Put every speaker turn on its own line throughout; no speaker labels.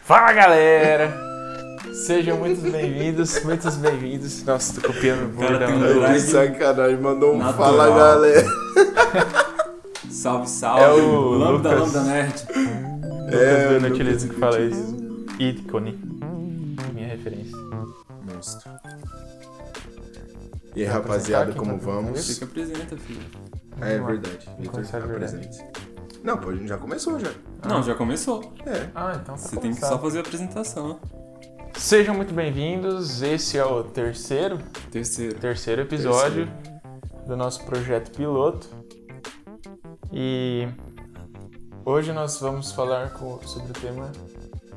Fala galera! Sejam muito bem-vindos, muitos bem-vindos. Nossa, tô copiando o
Cara, tem um
bordão.
drive.
Que sacanagem, mandou um
Natural.
fala galera.
Salve, salve.
É o
Lambda,
Lucas.
Lambda né? Tipo, Nerd.
Lucas do
Lucas
Inutilismo que fala
Inutilismo.
isso. Ícone. Minha referência.
Monstro. E aí, rapaziada,
apresentar
como
quem tá
vamos?
Fica apresenta, filho.
Ah, é verdade. Victor
começar de verdade.
apresente. Não, pô, a gente já começou já.
Não, já começou.
É.
Ah, então
Você tem que só fazer a apresentação.
Sejam muito bem-vindos. Esse é o terceiro,
Terceiro.
terceiro episódio do nosso projeto piloto. E hoje nós vamos falar co- sobre o tema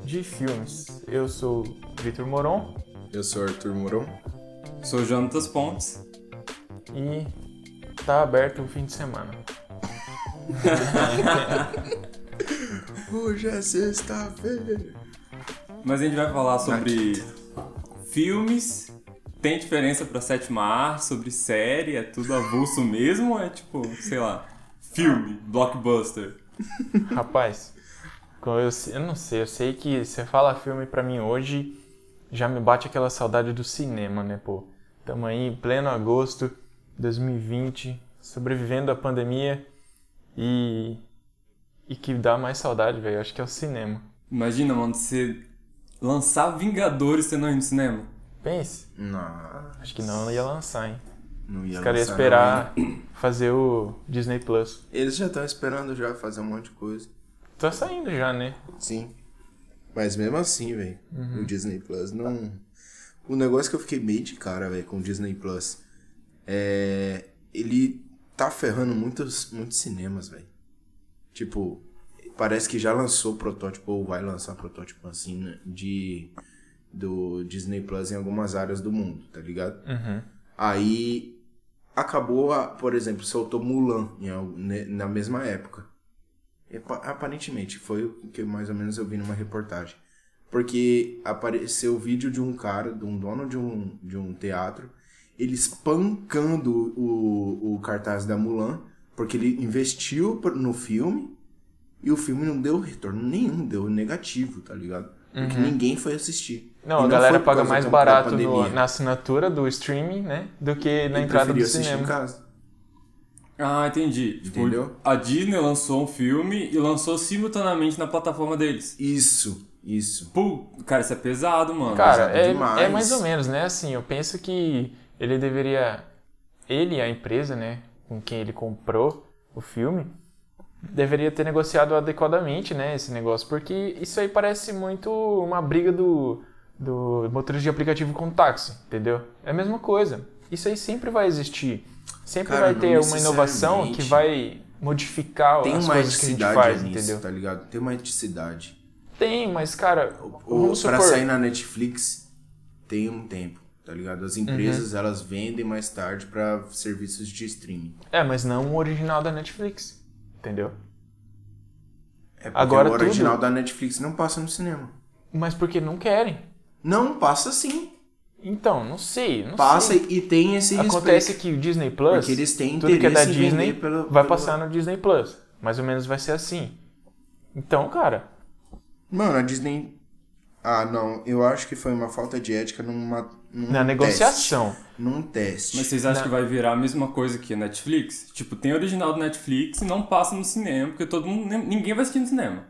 de filmes. Eu sou o Vitor Moron
Eu sou o Arthur Moron.
Sou o Jonatas Pontes.
e tá aberto o fim de semana.
Hoje é sexta-feira.
Mas a gente vai falar sobre filmes. Tem diferença pra sétima arte, sobre série, é tudo avulso mesmo? Ou é tipo, sei lá, filme, blockbuster?
Rapaz, como eu, se- eu não sei, eu sei que você fala filme pra mim hoje, já me bate aquela saudade do cinema, né, pô? Tamo aí em pleno agosto 2020, sobrevivendo à pandemia e. E que dá mais saudade, velho. Acho que é o cinema.
Imagina, mano, você lançar Vingadores e você não ir no cinema.
Pense,
Não,
acho que não ia lançar, hein?
não ia
Os caras iam
lançar,
esperar fazer o Disney Plus.
não. Eles já estão esperando já fazer um monte de coisa.
Tá saindo já, né?
Sim. Mas mesmo assim, velho, o Disney Plus não. O negócio que eu fiquei meio de cara, velho, com o Disney Plus é. Ele tá ferrando muitos, muitos cinemas, velho. Tipo, parece que já lançou protótipo, ou vai lançar protótipo assim, né, de. Do Disney Plus em algumas áreas do mundo, tá ligado?
Uhum.
Aí acabou, a- por exemplo, soltou Mulan em al- ne- na mesma época. E apa- Aparentemente, foi o que mais ou menos eu vi numa reportagem. Porque apareceu o vídeo de um cara, de um dono de um, de um teatro, ele espancando o, o cartaz da Mulan, porque ele investiu por- no filme e o filme não deu retorno nenhum, deu negativo, tá ligado? Porque ninguém foi assistir.
Uhum. Não,
E
a
foi
galera
por
paga
causa
mais
da- da
barato no-
pandemia.
na assinatura do streaming, né? Do que na
Ele
entrada do
preferiu assistir em
cinema.
casa.
Ah, entendi. Tipo,
Entendeu?
a Disney lançou um filme e lançou simultaneamente na plataforma deles.
Isso, isso.
Pô, cara, isso é pesado, mano.
Cara,
Pesado
é,
demais.
é mais ou menos, né? Assim, eu penso que ele deveria. Ele, a empresa, né? Com quem ele comprou o filme, deveria ter negociado adequadamente, né? Esse negócio. Porque isso aí parece muito uma briga do, do motorista de aplicativo com táxi, entendeu? É a mesma coisa. Isso aí sempre vai existir. Sempre
Cara,
vai
não
ter uma inovação que
necessariamente.
vai modificar
Tem
as
uma
coisas que a gente
eticidade
faz,
nisso,
entendeu?
tá ligado? Tem uma eticidade.
Tem, mas, cara,
Ou,
vamos
pra
supor...
sair na Netflix, tem um tempo, tá ligado?
Uhum.
As empresas, elas vendem mais tarde pra serviços de streaming.
É, mas não o original da Netflix, entendeu?
É porque
Agora
o original
tudo.
da Netflix não passa no cinema.
Mas porque não querem.
Não, passa sim.
Então, não sei, não
Passa
sei.
e tem esse
Acontece
respeito.
que o Disney Plus,
Porque eles têm
tudo que é da
interesse em
Disney,
vender pelo-
vai
pelo-
passar no Disney Plus. Mais ou menos vai ser assim. Então, cara,
Mano, a Disney... Ah, não. Eu acho que foi uma falta de ética numa...
na
num Um teste.
negociação,
Num teste.
Mas vocês acham que vai virar a mesma coisa que a Netflix? Tipo, tem original do Netflix e não passa no cinema, porque todo mundo. nem- Ninguém vai assistir no cinema.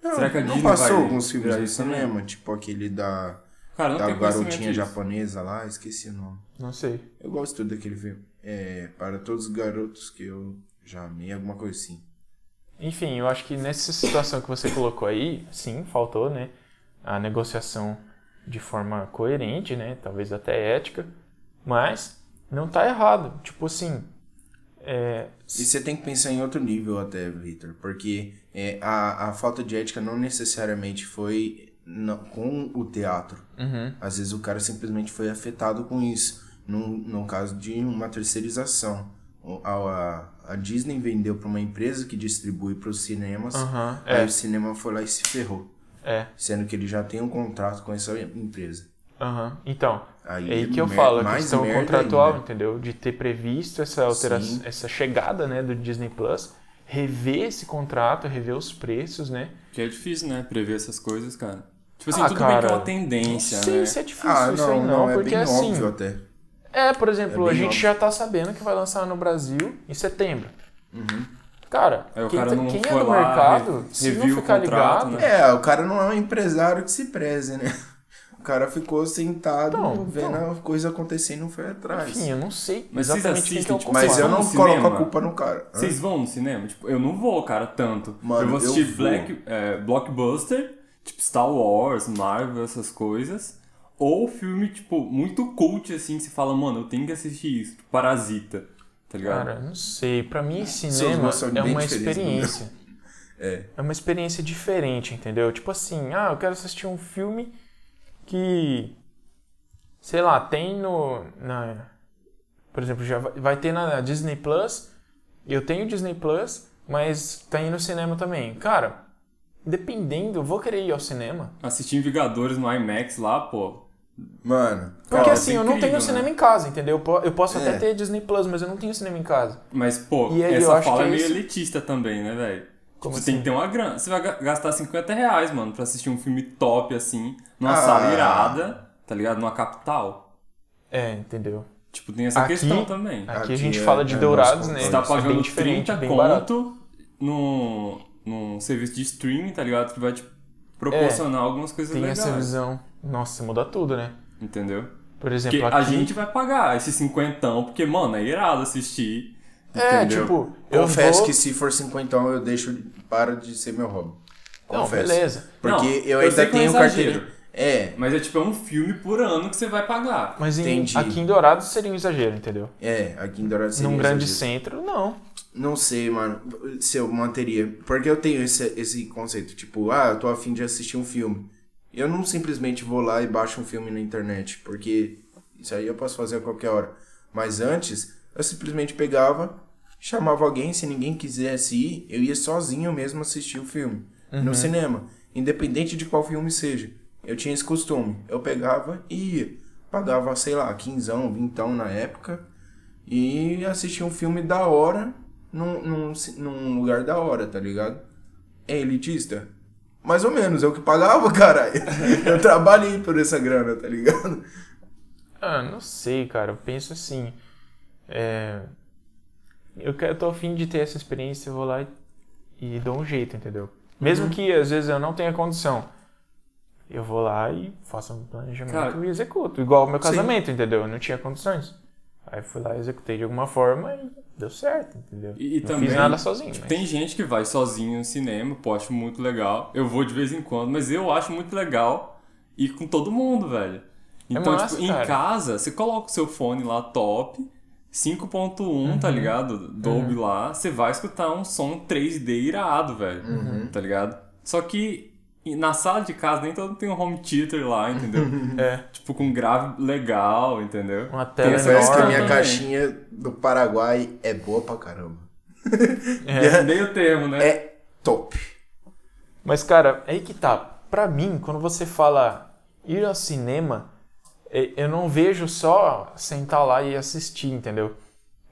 Não,
Será que a
não
Disney
passou
vai
alguns filmes
virar
no
isso também?
cinema? Tipo aquele da,
Cara, não
da
Ah, tem conhecimento
Tá garotinha
disso.
japonesa lá, esqueci o nome.
não sei.
Eu gosto daquele filme. É, para todos os garotos que eu já amei, alguma coisa assim.
Enfim, eu acho que nessa situação que você colocou aí, sim, faltou, né? A negociação de forma coerente, né? Talvez até ética. Mas não tá errado. Tipo assim,
E você tem que pensar em outro nível até, Victor, porque é, a, a falta de ética não necessariamente foi na- com o teatro.
Uhum.
Às vezes o cara simplesmente foi afetado com isso, num, num caso de uma terceirização. O- A, a- a Disney vendeu para uma empresa que distribui para os cinemas,
Aham,
aí
é.
o cinema foi lá e se ferrou,
é.
sendo que ele já tem um contrato com essa empresa.
Aham. Então,
Aí
é aí que eu
mer-
falo, a
mais
questão
merda
contratual,
ainda.
entendeu? De ter previsto essa alteração,
Sim.
essa chegada, né, do Disney Plus, rever esse contrato, rever os preços, né?
Que é difícil, né? Prever essas coisas, cara. Tipo assim,
Ah,
tudo bem
cara.
que é uma tendência,
Sim,
né?
isso é difícil,
Ah,
isso aí
não,
não,
não, é
porque
bem
assim.
óbvio até.
É, por
É
exemplo,
bem
a gente
óbvio.
já tá sabendo que vai lançar no Brasil em setembro. Cara,
Aí o
quem,
cara
tá-
não
quem é
foi
do
lá,
mercado,
re-
se não
reviu o
ficar
contrato,
ligado,
né?
É, o cara não é um empresário que se preze, né? O cara ficou sentado
Então,
vendo a coisa acontecer e não foi atrás.
enfim, eu não sei
Mas vocês
exatamente quem que é o
assistem, tipo,
culpado.
Mas eu não
Mas no
coloco
cinema-
a culpa no cara. Hã?
Vocês vão no cinema? Tipo, eu não vou, cara, tanto.
Mano,
eu vou assistir
eu vou.
Black, é, Blockbuster, tipo Star Wars, Marvel, essas coisas. Ou filme, tipo, muito cult, assim, que você fala, mano, eu tenho que assistir isso. Tipo, Parasita, tá ligado?
Cara, não sei. Pra mim,
Uhum. Seus
cinema
gostos são
é
bem
uma
diferentes, né?
experiência.
É.
É uma experiência diferente, entendeu? Tipo assim, ah, eu quero assistir um filme que, sei lá, tem no, na, por exemplo, já vai, vai ter na Disney Plus. Eu tenho Disney Plus, mas tem no cinema também. Cara, dependendo, eu vou querer ir ao cinema.
Assistir Vingadores no IMAX lá, pô.
Mano,
Porque
Cara, isso
assim,
é
eu não
incrível,
tenho
né?
cinema em casa, entendeu? Eu po- Eu posso
É.
até ter Disney Plus, mas eu não tenho cinema em casa.
Mas, pô,
E aí, eu
essa
acho
fala
que
é
é
meio
isso.
elitista também, né, velho? Tipo,
Como
você tem que
assim?
ter uma grana. Você vai ga- gastar 50 reais, mano, pra assistir um filme top, assim, numa
Ah.
sala irada, tá ligado? Numa capital.
É, entendeu?
Tipo, tem essa
Aqui-
questão também.
Aqui,
Aqui
a gente
é-
fala de
é
dourados,
nosso
né?
Você
É,
tá
Isso é bem
pagando
diferente,
30
bem barato.
conto num, num serviço de streaming, tá ligado? Que vai te proporcionar algumas coisas
É. Tem
legais.
essa visão. Nossa, muda tudo, né?
Entendeu?
Por
Porque
exemplo,
a
aqui...
gente vai pagar esse cinquentão, porque, mano, é irado assistir.
É,
entendeu?
tipo, eu
confesso
vou...
que se for 50 eu deixo, para de ser meu hobby.
Não,
Confesso.
beleza.
Porque
Não,
eu
eu sei que
ainda
é um
tenho
exagero.
carteira. É,
Mas é tipo, é um filme por ano que você vai pagar.
Mas em-
Entendi.
aqui em Dourados seria um exagero, entendeu?
é, aqui em Dourados seria
Num grande
exagero.
centro, não.
Não sei, mano, se eu manteria. Porque eu tenho esse, esse conceito, tipo, ah, eu tô afim de assistir um filme. Eu não simplesmente vou lá e baixo um filme na internet, porque isso aí eu posso fazer a qualquer hora. Mas antes, eu simplesmente pegava, chamava alguém, se ninguém quisesse ir, eu ia sozinho mesmo assistir o filme. No cinema. Independente de qual filme seja. Eu tinha esse costume. Eu pegava e ia. Pagava, sei lá, quinzão, vintão na época e assistir um filme da hora num, num, ci- num lugar da hora, tá ligado? É elitista? Mais ou menos, eu que pagava, caralho. Eu trabalhei por essa grana, tá ligado?
Ah, não sei, cara. Eu penso assim... É... Eu quero, eu tô afim de ter essa experiência, eu vou lá e, e dou um jeito, entendeu? Mesmo
Uhum.
que, às vezes, eu não tenha condição. Eu vou lá e faço um planejamento
Cara-
e executo. Igual o meu
Sim.
casamento, entendeu? Eu não tinha condições. Aí fui lá, executei de alguma forma e deu certo, entendeu?
E- e
não
também,
fiz nada sozinho. né?
Tipo,
mas-
Tem gente que vai sozinho no cinema, pô, acho muito legal. Eu vou de vez em quando, mas eu acho muito legal ir com todo mundo, velho. Então,
É massa,
tipo, em
cara.
casa, você coloca o seu fone lá top, 5.1,
Uhum.
tá ligado? Dolby lá, você vai escutar um som 3D irado, velho. Tá ligado? Só que e na sala de casa nem todo mundo tem um home theater lá, entendeu?
É.
Tipo, com grave legal, entendeu?
Uma
Tem
tela
essa
enorme.
Parece que a
questão
minha
também.
caixinha do Paraguai é boa pra caramba.
É meio termo, né?
É top.
Mas, cara, aí que tá. Pra mim, quando você fala ir ao cinema, é- eu não vejo só sentar lá e assistir, entendeu?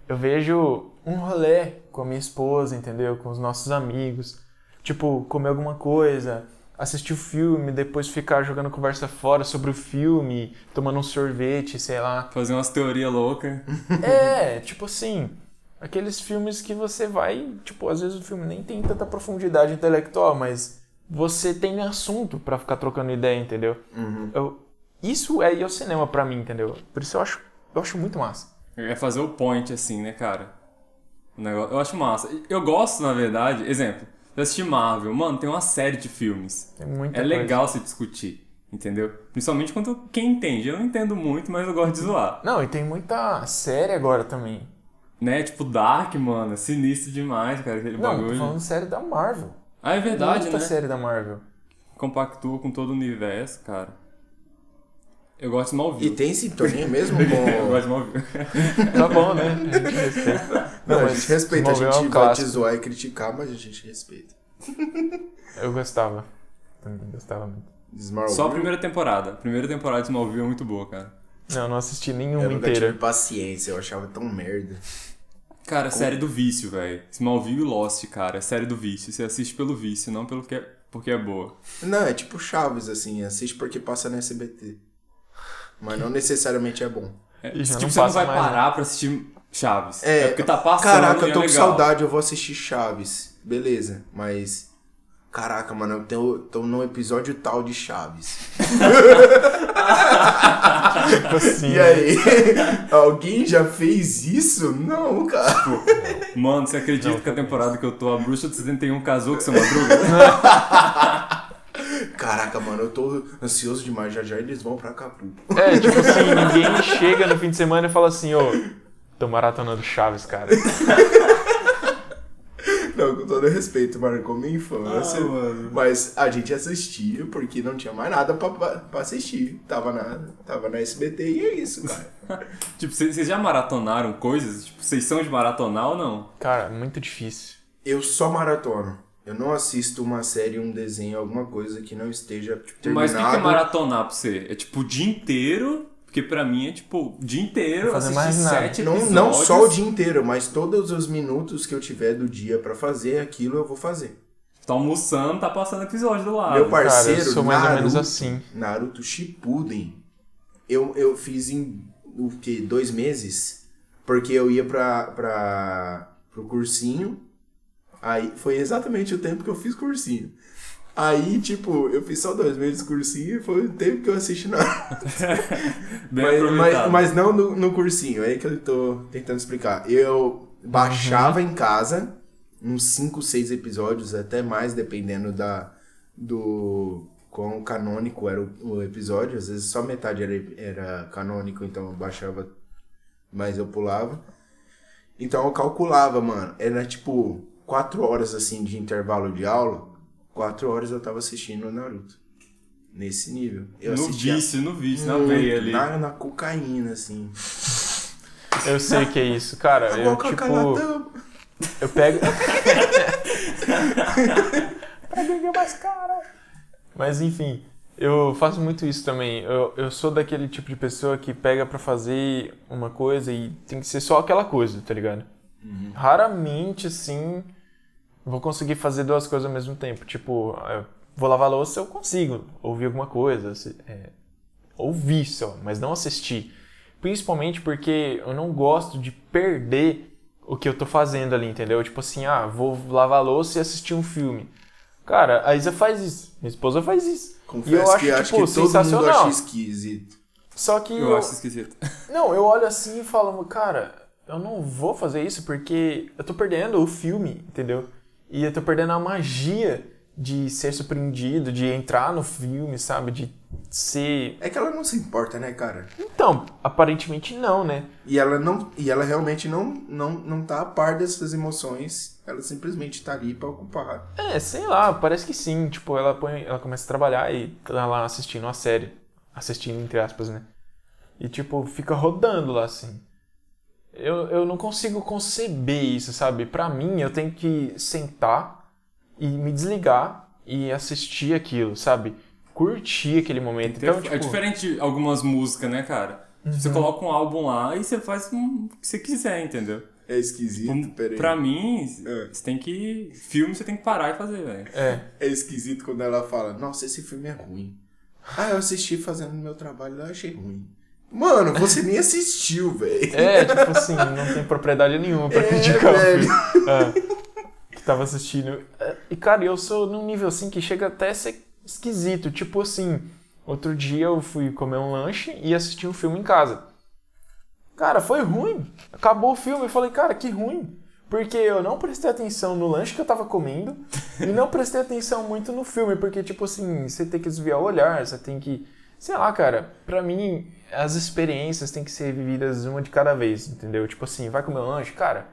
Eu vejo um rolê com a minha esposa, entendeu? Com os nossos amigos. Tipo, comer alguma coisa, assistir o filme, depois ficar jogando conversa fora sobre o filme, tomando um sorvete, sei lá.
Fazer umas teorias loucas.
É, tipo assim, aqueles filmes que você vai, tipo, às vezes o filme nem tem tanta profundidade intelectual, mas você tem assunto pra ficar trocando ideia, entendeu?
Uhum.
Eu- isso é ir ao cinema pra mim, entendeu? Por isso eu acho, eu acho muito massa.
É fazer o point, assim, né, cara? O negócio, eu acho massa. Eu gosto, na verdade, exemplo, de assistir Marvel. Mano, tem uma série de filmes.
Tem muita
É
coisa.
legal se discutir, entendeu? Principalmente quando quem entende. Eu não entendo muito, mas eu gosto de zoar.
Não, e tem muita série agora também.
Né? Tipo, Dark, mano. é Sinistro demais, cara, aquele
Não, tô
bagulho.
falando série da Marvel.
Ah, é verdade,
muita
né?
série da Marvel.
Compactua com todo o universo, cara. Eu gosto de
E
Smallville.
tem sintonia mesmo
Eu
com.
gosto de Smallville.
Tá bom, né? A gente respeita.
Não, a
mas
gente respeita, a
Smallville é um
gente vai te
clássico.
zoar e criticar, mas a gente respeita.
Eu gostava. Também gostava muito.
Smart
Só a primeira temporada. A primeira temporada de Smallville é muito boa, cara.
Não, não assisti
eu
nenhuma
nunca
inteira.
tive paciência, eu achava tão merda.
Cara, série do vício, velho. Smallville e Lost, cara. Série do vício. Você assiste pelo vício, não pelo que é porque é boa.
Não, é tipo Chaves, assim, assiste porque passa no SBT. Mas não necessariamente é bom.
É,
Ih, já
tipo,
não
você não
passa
vai
mais, né?
parar pra assistir Chaves.
É,
É, porque tá passando
Caraca,
e
eu
é
tô com
legal.
saudade, eu vou assistir Chaves. Beleza, mas. Caraca, mano, eu tenho- tô num episódio tal de Chaves.
Tipo assim.
E aí? Alguém já fez isso? Não, cara.
Tipo, mano, você acredita que a temporada que eu tô, a bruxa de 71 casou com seu madruga?
Caraca, mano, eu tô ansioso demais. Já já eles vão pra Acapulco.
É, tipo assim, ninguém chega no fim de semana e fala assim, ô, tô maratonando Chaves, cara.
Não, com todo respeito, marcou minha infância.
Ah, mano.
Mas a gente assistia porque não tinha mais nada pra, pra- pra assistir. Tava na, tava na SBT e é isso, cara.
tipo, vocês vocês já maratonaram coisas? Tipo, vocês são de maratonar ou não?
Cara, é muito difícil.
Eu só maratono. Eu não assisto uma série, um desenho, alguma coisa que não esteja tipo,
Mas
terminado.
o que que é maratonar pra você? É tipo o dia inteiro? Porque pra mim é tipo o dia inteiro
Não fazer
assistir
mais nada.
sete
não,
episódios.
não só o dia inteiro, mas todos os minutos que eu tiver do dia pra fazer aquilo, eu vou fazer.
Tá almoçando, tá passando episódio do lado.
Meu
Cara,
parceiro,
eu sou mais ou
Naruto,
menos assim.
Naruto Shippuden. Eu, eu fiz em o que, dois meses, porque eu ia pra, pra, pro cursinho. Aí foi exatamente o tempo que eu fiz cursinho. Aí, tipo, eu fiz só dois meses de cursinho e foi o tempo que eu assisti na
Bem
mas, mas,
aproveitado.
mas não no, no cursinho, é aí que eu tô tentando explicar. Eu baixava em casa uns 5, 6 episódios, até mais, dependendo da do quão canônico era o, o episódio. Às vezes só metade era, era canônico, então eu baixava, mas eu pulava. Então eu calculava, mano. Era tipo 4 horas assim de intervalo de aula. 4 horas eu tava assistindo Naruto. Nesse nível. Eu
no
assistia
vício, no vício, na
muito,
veia ali.
Na, na cocaína, assim.
Eu sei que é isso, cara.
Agora
Eu,
com a
tipo,
caladão.
eu pego... Mas enfim, eu faço muito isso também. Eu, eu sou daquele tipo de pessoa que pega pra fazer uma coisa e tem que ser só aquela coisa, tá ligado? Raramente, assim, vou conseguir fazer duas coisas ao mesmo tempo. Tipo, eu vou lavar a louça, eu consigo ouvir alguma coisa. se- é, ouvir só, mas não assistir. Principalmente porque eu não gosto de perder o que eu tô fazendo ali, entendeu? Tipo assim, ah, vou lavar a louça e assistir um filme. Cara, a Isa faz isso, minha esposa faz isso.
Confesso
e eu acho,
que acho
tipo,
que todo mundo
sensacional.
acha esquisito.
Só que
Eu acho esquisito.
não, eu olho assim e falo, cara, eu não vou fazer isso porque eu tô perdendo o filme, entendeu? E eu tô perdendo a magia de ser surpreendido, de entrar no filme, sabe? De ser.
É que ela não se importa, né, cara?
Então, aparentemente não, né?
E ela não. E ela realmente não, não, não tá a par dessas emoções. Ela simplesmente tá ali pra ocupar.
É, sei lá, parece que sim. Tipo, ela, põe, ela começa a trabalhar e tá lá assistindo uma série. Assistindo, entre aspas, né? E, tipo, fica rodando lá, assim. Eu, eu não consigo conceber isso, sabe? Pra mim, eu tenho que sentar e me desligar e assistir aquilo, sabe? Curtir aquele momento. Então,
é
tipo, Uhum.
diferente de algumas músicas, né, cara? Você coloca um álbum lá e você faz um- o que você quiser, entendeu?
É esquisito, peraí.
Pra mim,
É.
você tem que. Filme você tem que parar e fazer, velho.
é,
É esquisito quando ela fala, nossa, esse filme é ruim. Ah, eu assisti fazendo meu trabalho lá, achei ruim. Mano, você nem assistiu, velho.
é, tipo assim, não tem propriedade nenhuma pra
É,
criticar o
velho.
filme. É, que tava assistindo. É, E, cara, eu sou num nível assim que chega até a ser esquisito. Tipo assim, outro dia eu fui comer um lanche e assisti um filme em casa. Cara, foi ruim. Acabou o filme. Eu falei, cara, que ruim. Porque eu não prestei atenção no lanche que eu tava comendo e não prestei atenção muito no filme. Porque, tipo assim, você tem que desviar o olhar, você tem que. Sei lá, cara, pra mim, as experiências têm que ser vividas uma de cada vez, entendeu? Tipo assim, vai comer um lanche, cara,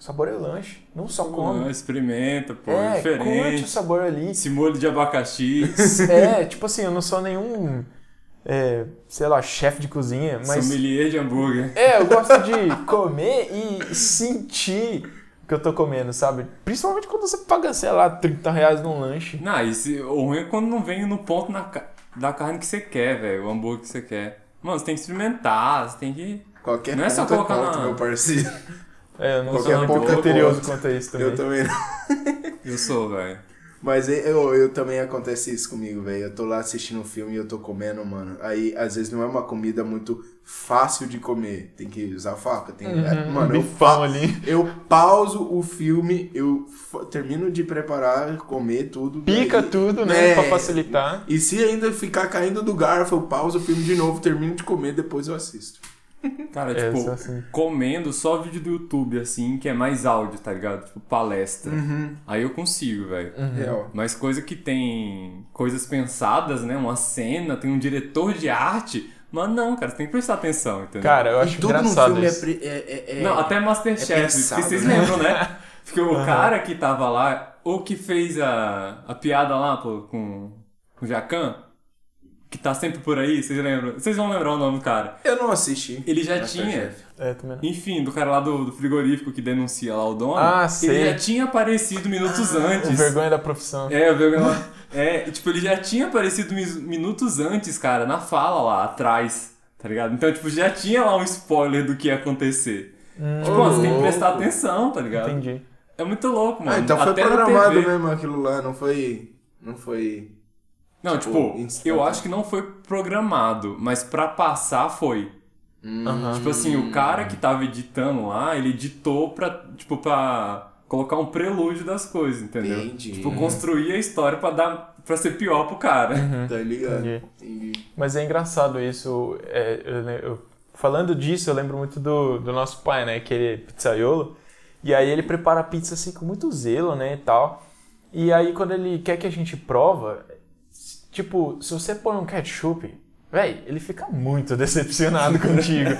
saboreia o lanche, não só
Ah,
come.
Experimenta, pô, é
É, curte
diferente.
o sabor ali.
Esse molho de abacaxi.
É, tipo assim, eu não sou nenhum, é, sei lá, chefe de cozinha, mas
Sommelier de hambúrguer.
É, eu gosto de comer e sentir o que eu tô comendo, sabe? Principalmente quando você paga, sei lá, 30 reais num lanche.
Não, esse, o ruim é quando não vem no ponto na ca- da carne que você quer, velho. O hambúrguer que você quer. Mano, você tem que experimentar, você tem que.
Qualquer
Não é só
ponto eu
colocar
conto,
na-
meu parceiro.
É, eu não
Qualquer
sou
ponto
muito
é
criterioso
ponto.
quanto a isso também.
Eu também não.
Eu sou, velho.
Mas eu, eu também acontece isso comigo, velho. Eu tô lá assistindo um filme e eu tô comendo, mano. Aí, às vezes, não é uma comida muito fácil de comer. Tem que usar faca. Tem...
Uhum,
É, mano,
um
eu,
bifão
pa-
ali.
eu pauso o filme, eu fa- termino de preparar, comer tudo.
Pica
daí-
tudo, né?
É.
Pra facilitar.
E se ainda ficar caindo do garfo, eu pauso o filme de novo, termino de comer, depois eu assisto.
Cara,
É,
tipo,
só assim.
comendo só vídeo do YouTube, assim, que é mais áudio, tá ligado? Tipo, palestra.
Uhum.
Aí eu consigo, velho.
Uhum.
Real.
Mas coisa que tem coisas pensadas, né? Uma cena, tem um diretor de arte. Mas não, cara, você tem que prestar atenção,
é,
entendeu?
Cara, eu acho
Tudo no
engraçado
filme é,
isso.
pre- é, é, é-
Não, até Masterchef,
é
porque
pensado,
vocês
né?
lembram, né? Porque o cara que tava lá, ou que fez a, a piada lá pô, com, com o Jacan, que tá sempre por aí, vocês lembram? Vocês vão lembrar o nome do cara.
Eu não assisti.
Ele já
Masterchef.
tinha,
É, também não.
enfim, do cara lá do, do frigorífico que denuncia lá o dono,
Ah,
ele
sei.
já tinha aparecido minutos
O
antes.
vergonha da profissão.
É, eu vi alguma- É, e, tipo, ele já tinha aparecido mis- minutos antes, cara, na fala lá atrás, tá ligado? Então, tipo, já tinha lá um spoiler do que ia acontecer. tipo, ó, você tem que prestar
louco.
atenção, tá ligado?
Hum, Entendi.
É muito louco, mano.
Ah, então foi
Até na
programado
TV.
mesmo aquilo lá, não foi. Não foi.
Não, tipo,
Instant.
eu acho que não foi programado, mas pra passar foi.
Aham.
Tipo assim, o cara que tava editando lá, ele editou pra, tipo, pra colocar um prelúdio das coisas, entendeu?
Entendi.
Tipo, construir a história pra dar pra ser pior pro cara.
Tá ligado?
Entendi.
Entendi.
Mas é engraçado isso. é, eu le- eu- falando disso, eu lembro muito do, do nosso pai, né? Que ele é pizzaiolo. E aí ele prepara a pizza assim com muito zelo, né? E tal. E aí quando ele quer que a gente prova, s- tipo, se você põe um ketchup, véi, ele fica muito decepcionado contigo.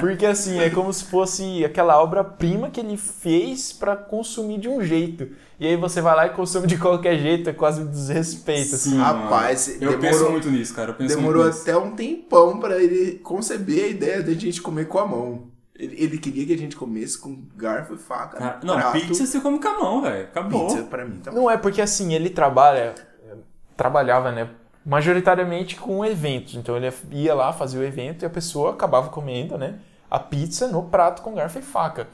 Porque assim, é como se fosse aquela obra-prima que ele fez pra consumir de um jeito. E aí você vai lá e consome de qualquer jeito, é quase um desrespeito. assim.
Sim,
Rapaz,
mano. eu
demorou-
penso muito nisso, cara. Eu penso
Demorou
muito nisso.
até um tempão pra ele conceber a ideia da gente comer com a mão. Ele, ele queria que a gente comesse com garfo e faca.
Cara, não,
prato.
pizza tá você come com a mão, velho. Acabou.
Pizza pra mim, então.
Não é porque assim, ele trabalha, trabalhava, né, majoritariamente com eventos. Então ele ia lá fazer o evento e a pessoa acabava comendo, né, a pizza no prato com garfo e faca.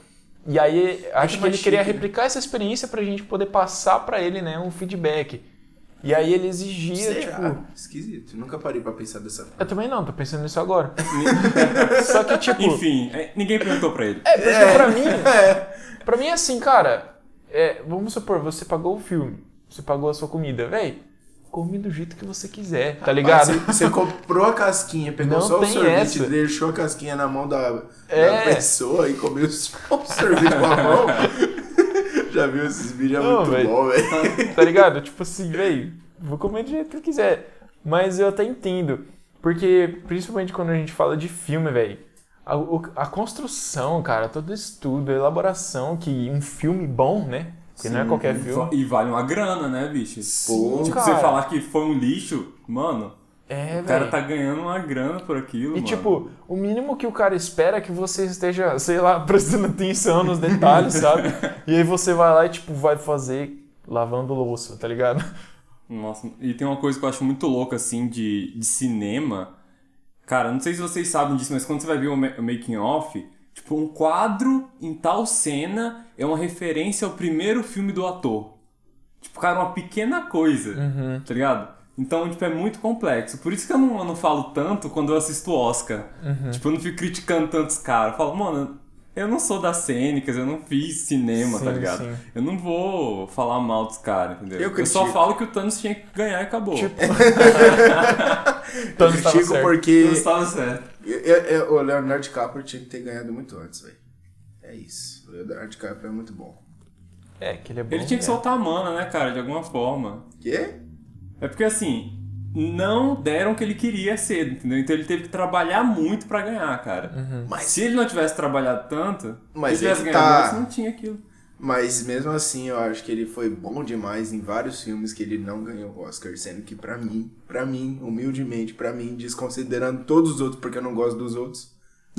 E aí acho que ele
mais
queria
chique, né?
replicar essa experiência pra gente poder passar pra ele, né, um feedback. E aí ele exigia,
Será?
tipo,
Esquisito. Nunca parei pra pensar dessa forma.
eu também não, tô pensando nisso agora. Só que tipo,
Enfim, é, ninguém perguntou pra ele.
é, porque pra mim, Pra mim é assim, cara. é, vamos supor, você pagou o filme, você pagou a sua comida, véi. Come do jeito que você quiser, tá ligado?
Mas Você, você comprou a casquinha, pegou
Não
só o
tem
sorvete,
essa.
deixou a casquinha na mão da, da
É.
pessoa e comeu só o sorvete com a mão. Já viu esses vídeos? É
Não,
muito
velho.
bom, velho.
tá ligado? Tipo assim, véi, vou comer do jeito que eu quiser. Mas eu até entendo. Porque, principalmente quando a gente fala de filme, véi, a, o- a construção, cara, todo estudo, a elaboração, que um filme bom, né? Porque não é qualquer filme.
E vale uma grana, né, bicho?
Pô,
tipo,
cara.
você falar que foi um lixo, mano,
É,
o cara
véi.
tá ganhando uma grana por aquilo,
E
mano.
tipo, o mínimo que o cara espera é que você esteja, sei lá, prestando atenção nos detalhes, sabe? E aí você vai lá e tipo, vai fazer lavando louça, tá ligado?
Nossa, e tem uma coisa que eu acho muito louca, assim, de, de cinema. Cara, não sei se vocês sabem disso, mas quando você vai ver o, ma- o making off, tipo, um quadro em tal cena é uma referência ao primeiro filme do ator. Tipo, cara, uma pequena coisa,
Uhum.
tá ligado? Então, tipo, é muito complexo. Por isso que eu não, eu não falo tanto quando eu assisto Oscar.
Uhum.
Tipo, eu não fico criticando tantos caras. Eu falo, mano, eu não sou das cênicas, eu não fiz cinema, tá
Sim,
ligado?
sim.
Eu não vou falar mal dos caras, entendeu?
Eu
Eu, só
critico.
falo que o Thanos tinha que ganhar e acabou.
Tipo,
Eu
Thanos tava Então
critico
certo.
eu
porque
estava certo.
eu- eu- o Leonardo DiCaprio tinha que ter ganhado muito antes, velho. É isso. O Leonardo DiCaprio é muito bom.
É, que ele é bom.
Ele tinha que
um
né?
soltar a mana, né, cara, de alguma forma.
Quê?
É porque assim, não deram o que ele queria cedo, entendeu? Então ele teve que trabalhar muito pra ganhar, cara.
Uhum.
Mas-
se ele não tivesse trabalhado tanto,
Mas
se ele tivesse
ele
ganhado
tá-
antes, não tinha aquilo.
Mas mesmo assim, eu acho que ele foi bom demais em vários filmes que ele não ganhou o Oscar, sendo que pra mim, pra mim, humildemente, pra mim, desconsiderando todos os outros, porque eu não gosto dos outros,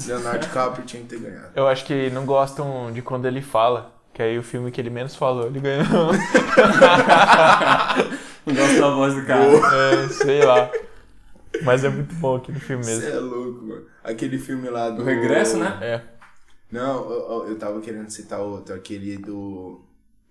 Leonardo DiCaprio tinha que ter ganhado.
Eu acho que não gostam de quando ele fala. Que aí o filme que ele menos falou, ele ganhou.
Não gosto da voz do cara.
É, sei lá. Mas é muito bom aquele filme mesmo.
Você é louco, mano. Aquele filme lá do
O regresso, né?
É.
Não, eu, eu- eu tava querendo citar outro, aquele do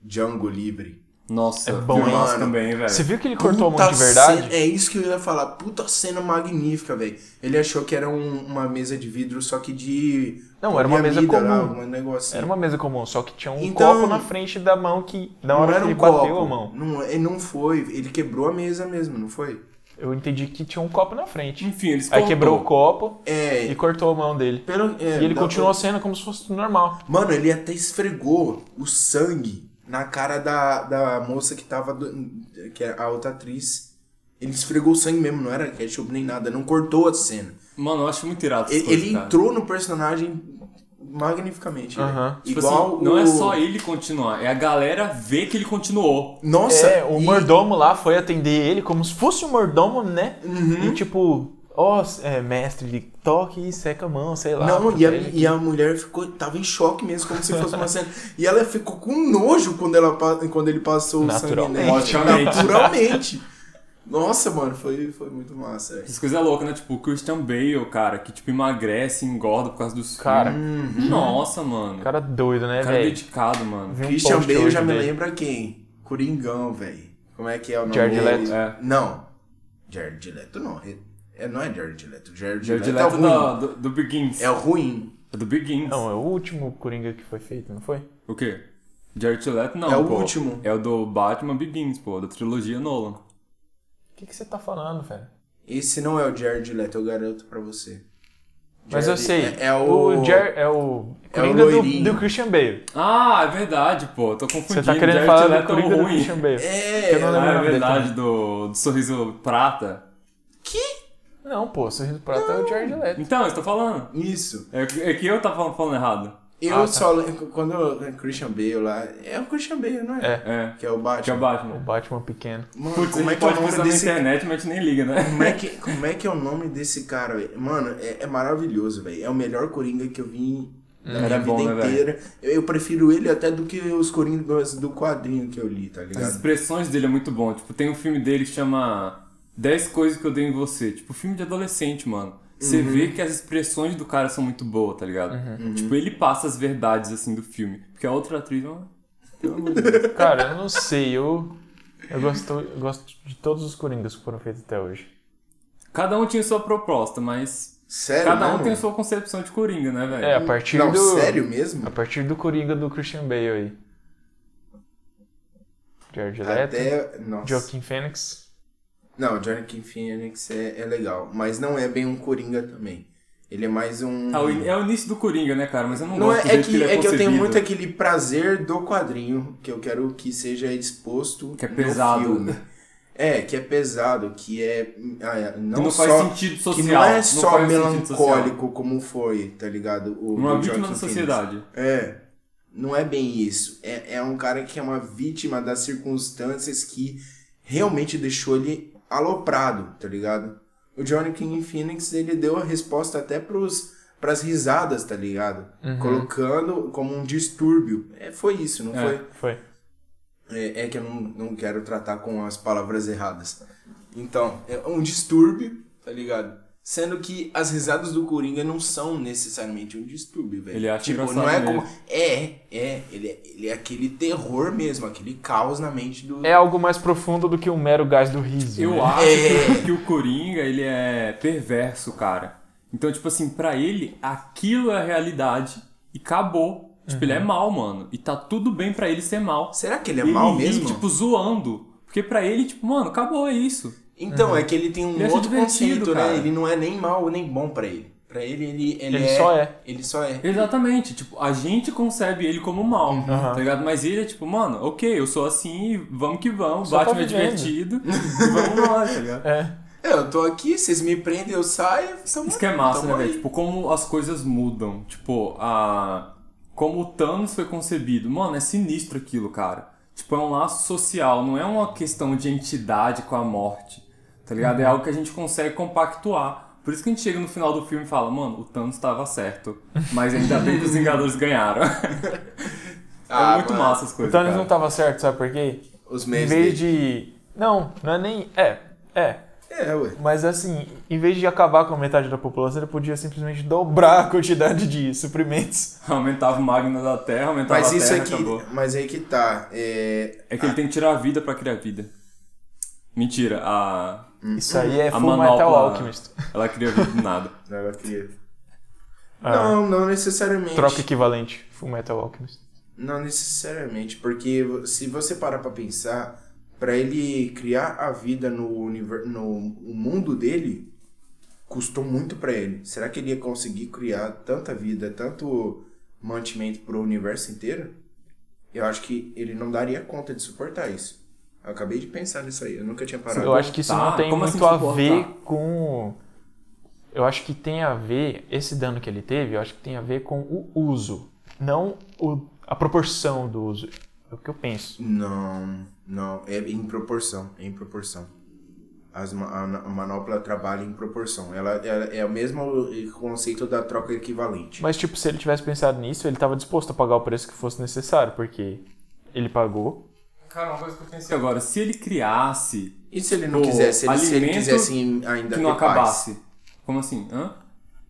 Django Livre.
Nossa,
É bom, hein?
filmaço
Mano,
também, velho.
Você viu que ele cortou a
Puta
mão de verdade?
cena- é isso que eu ia falar. Puta cena magnífica, velho. Ele achou que era um- uma mesa de vidro, só que de.
Não, era uma mesa
poliamida lá,
comum.
um negócio assim.
Era uma mesa comum, só que tinha um
Então-
copo na frente da mão que, na hora
era
que ele
um
bateu
copo.
a mão,
Não, ele não foi. Ele quebrou a mesa mesmo, não foi?
eu entendi que tinha um copo na frente.
Enfim, eles
Aí
cortou.
quebrou o copo
É.
e cortou a mão dele.
pelo, é,
e ele
dá
continuou a cena como se fosse tudo normal.
pra- Mano, ele até esfregou o sangue na cara da, da moça que tava. do- que é a outra atriz. Ele esfregou o sangue mesmo, não era ketchup nem nada. Não cortou a cena.
Mano, eu acho muito irado essas
Ele,
coisas, tá.
ele
cara.
entrou no personagem magnificamente. né?
Aham.
Tipo
Igual
assim, não
o...
é só ele continuar, é a galera ver que ele continuou.
Nossa,
é, o
e-
mordomo lá foi atender ele como se fosse um mordomo, né?
Uhum.
E tipo, ó, é, mestre, toque e seca a mão, sei lá. é
Não, e a,
protege aqui.
e a mulher ficou, tava em choque mesmo, como se fosse uma cena. E ela ficou com nojo quando, ela, pa- quando ele passou o sangue
Naturalmente.
nela.
Logicamente.
Naturalmente. Nossa, mano, foi, foi muito massa. velho.
Essas coisas loucas, né? Tipo, o Christian Bale, cara, que tipo emagrece, engorda por causa dos
Cara,
filmes.
Uhum.
Nossa, mano. Cara,
cara doido, né, velho?
dedicado, mano.
Vi um
Christian
post
Bale
hoje
já me
dele.
lembra quem? Coringão, velho. Como é que é o nome
Jared
dele?
Leto.
É.
Não. Jared Leto não. É, não é Jared Leto. Jared,
Jared Leto
Leto,
tá-
é o ruim.
da- do, do Begins.
É o ruim.
É Do Begins.
Não, é o último Coringa que foi feito, não foi?
O quê? Jared Leto não,
É o
pô.
último.
É o do Batman Begins, pô, da trilogia Nolan.
O que, que você tá falando, velho?
Esse não é o Jared Leto, eu garanto pra você.
Mas eu
Jared-
sei.
É, é o.
Jer- é o Coringa
loirinho.
do, do Christian Bale.
Ah, é verdade, pô. Tô
Você
confundindo.
tá querendo
Jared
falar do
Leto é
Coringa
o
do
ruim.
Christian Bale. né?
É,
Que eu não lembro o
Ah, é
nome dele
verdade, do, do sorriso prata.
também. Não, pô, Sorriso Prata é o Jared Leto.
Então, eu tô falando.
Isso.
É, que- é que eu tava falando, falando errado.
Eu
Ah, tá.
só lembro quando o Christian Bale lá. É o Christian Bale, não é?
É.
É,
Que é o
que é
Batman.
o
O
Batman.
Batman pequeno.
Mano,
Putz,
como
a
é
gente
que é o
pode
nome
pensar
desse
na internet, mas a gente nem liga, né?
Como é, que, como é que é o nome desse cara, velho? Mano, é, é maravilhoso, velho. É o melhor Coringa que eu vi na
Ele
minha
é
vida
bom, né, velho?
inteira. eu, eu prefiro ele até do que os Coringas do quadrinho que eu li, tá
As
ligado?
expressões dele é muito bom. Tipo, tem um filme dele que chama 10 Coisas que eu dei em você. Tipo, filme de adolescente, mano. Você
Uhum.
vê que as expressões do cara são muito boas, tá ligado? Tipo, ele passa as verdades, assim, do filme. Porque a outra atriz, mano, pelo amor de Deus.
Cara, eu não sei, eu. Eu gosto, eu gosto de todos os Coringas que foram feitos até hoje.
Cada um tinha sua proposta, mas...
Sério?
cada um
mesmo?
tem sua concepção de Coringa, né, velho?
É, a partir
Não,
do.
sério mesmo?
A partir do Coringa do Christian Bale aí. Jared Leto,
Até. Nossa.
Joaquin Phoenix.
Não, Johnny Phoenix é, é legal. Mas não é bem um Coringa também. Ele é mais um.
Ah, o in- É o início do Coringa, né, cara? Mas eu não,
Não é,
gosto do
é
jeito
que,
ele
é que eu tenho
concebido.
muito aquele prazer do quadrinho que eu quero que seja exposto
Que é pesado.
no filme. É, que é pesado, que é ah, não,
Que não
só
faz sentido social.
que não é só
faz sentido social. é
melancólico como foi, tá ligado? O,
Uma vítima
do
da
Joaquin Phoenix.
sociedade.
É. Não é bem isso. É, é um cara que é uma vítima das circunstâncias que realmente deixou ele aloprado, tá ligado? O Johnny King Phoenix, ele deu a resposta até pros, pras risadas, tá ligado? Colocando como um distúrbio. É, foi isso, não
É.
foi?
Foi.
É, é que eu não, não quero tratar com as palavras erradas. Então, é um distúrbio, tá ligado? Sendo que as risadas do Coringa não são necessariamente um distúrbio, velho.
Ele acha
tipo,
engraçado
não é
mesmo.
como. É, é. Ele, é- ele é aquele terror mesmo, aquele caos na mente do.
É algo mais profundo do que o mero gás do riso. né?
Eu acho
É.
que, que o Coringa, ele é perverso, cara. Então, tipo assim, pra ele, aquilo é a realidade e acabou. Tipo,
Uhum.
ele é mal, mano. E tá tudo bem pra ele ser mal.
Será que ele é mal
ri,
mesmo?
tipo, zoando. Porque pra ele, tipo, mano, acabou, é isso.
Então, é que ele tem um
Ele acha
outro
divertido,
conceito,
cara.
né? Ele não é nem mal nem bom pra ele. Pra ele, ele, ele,
Ele só é.
Ele só é.
Exatamente. Tipo, a gente concebe ele como mal, tá
Aham.
ligado? Mas ele é tipo, mano, ok, eu sou assim, vamos que vamos.
Só tá
Batman é
vivendo.
divertido. vamos lá, tá ligado?
É.
É, eu tô aqui, vocês me prendem, eu saio. tamo-
Isso que é massa,
tamo
né, velho?
aí.
Tipo, como as coisas mudam. Tipo, a... como o Thanos foi concebido. Mano, é sinistro aquilo, cara. Tipo, é um laço social, não é uma questão de entidade com a morte. Tá ligado?
Uhum.
É algo que a gente consegue compactuar. Por isso que a gente chega no final do filme e fala, mano, o Thanos estava certo. Mas ainda bem que os Vingadores ganharam.
Ah,
é muito
mano,
massa as
O
coisas.
Thanos
tá-
cara.
não tava certo, sabe por quê?
Os
Em
memes
vez
dele.
de. Não, não é nem. É, é.
É, ué.
Mas assim, em vez de acabar com a metade da população, ele podia simplesmente dobrar a quantidade de suprimentos.
Aumentava o magno da terra,
Tá,
aumentava
Mas
a
isso é
terra,
aqui.
acabou.
Mas aí que tá. É,
É que ele tem que tirar a vida pra criar vida. Mentira, a...
Isso aí é
A
Full Metal
manopla-
Alchemist.
ela cria vida do nada.
ela cria.
Ah,
Não, não necessariamente.
Troca equivalente, Full Metal Alchemist.
Não necessariamente, porque se você parar pra pensar, pra ele criar a vida no universo, no o mundo dele, custou muito pra ele. Será que ele ia conseguir criar tanta vida, tanto mantimento pro universo inteiro? Eu acho que ele não daria conta de suportar isso. Eu acabei de pensar nisso aí, eu nunca tinha parado.
Eu acho que isso não
Tá,
tem
como assim
muito a
suportar?
ver com. Eu acho que tem a ver, esse dano que ele teve, eu acho que tem a ver com o uso, não o- a proporção do uso. É o que eu penso.
Não, não, é em proporção, é em proporção. As, ma- a, na- a manopla trabalha em proporção. Ela, ela é o mesmo conceito da troca equivalente.
Mas, tipo, se ele tivesse pensado nisso, ele estava disposto a pagar o preço que fosse necessário, porque ele pagou.
Cara, uma coisa que eu pensei agora, se ele criasse
E se ele não
Pô,
quisesse, ele, se ele
alimento
quisesse em- ainda
que não
ter paz?
acabasse? Como assim? Hã?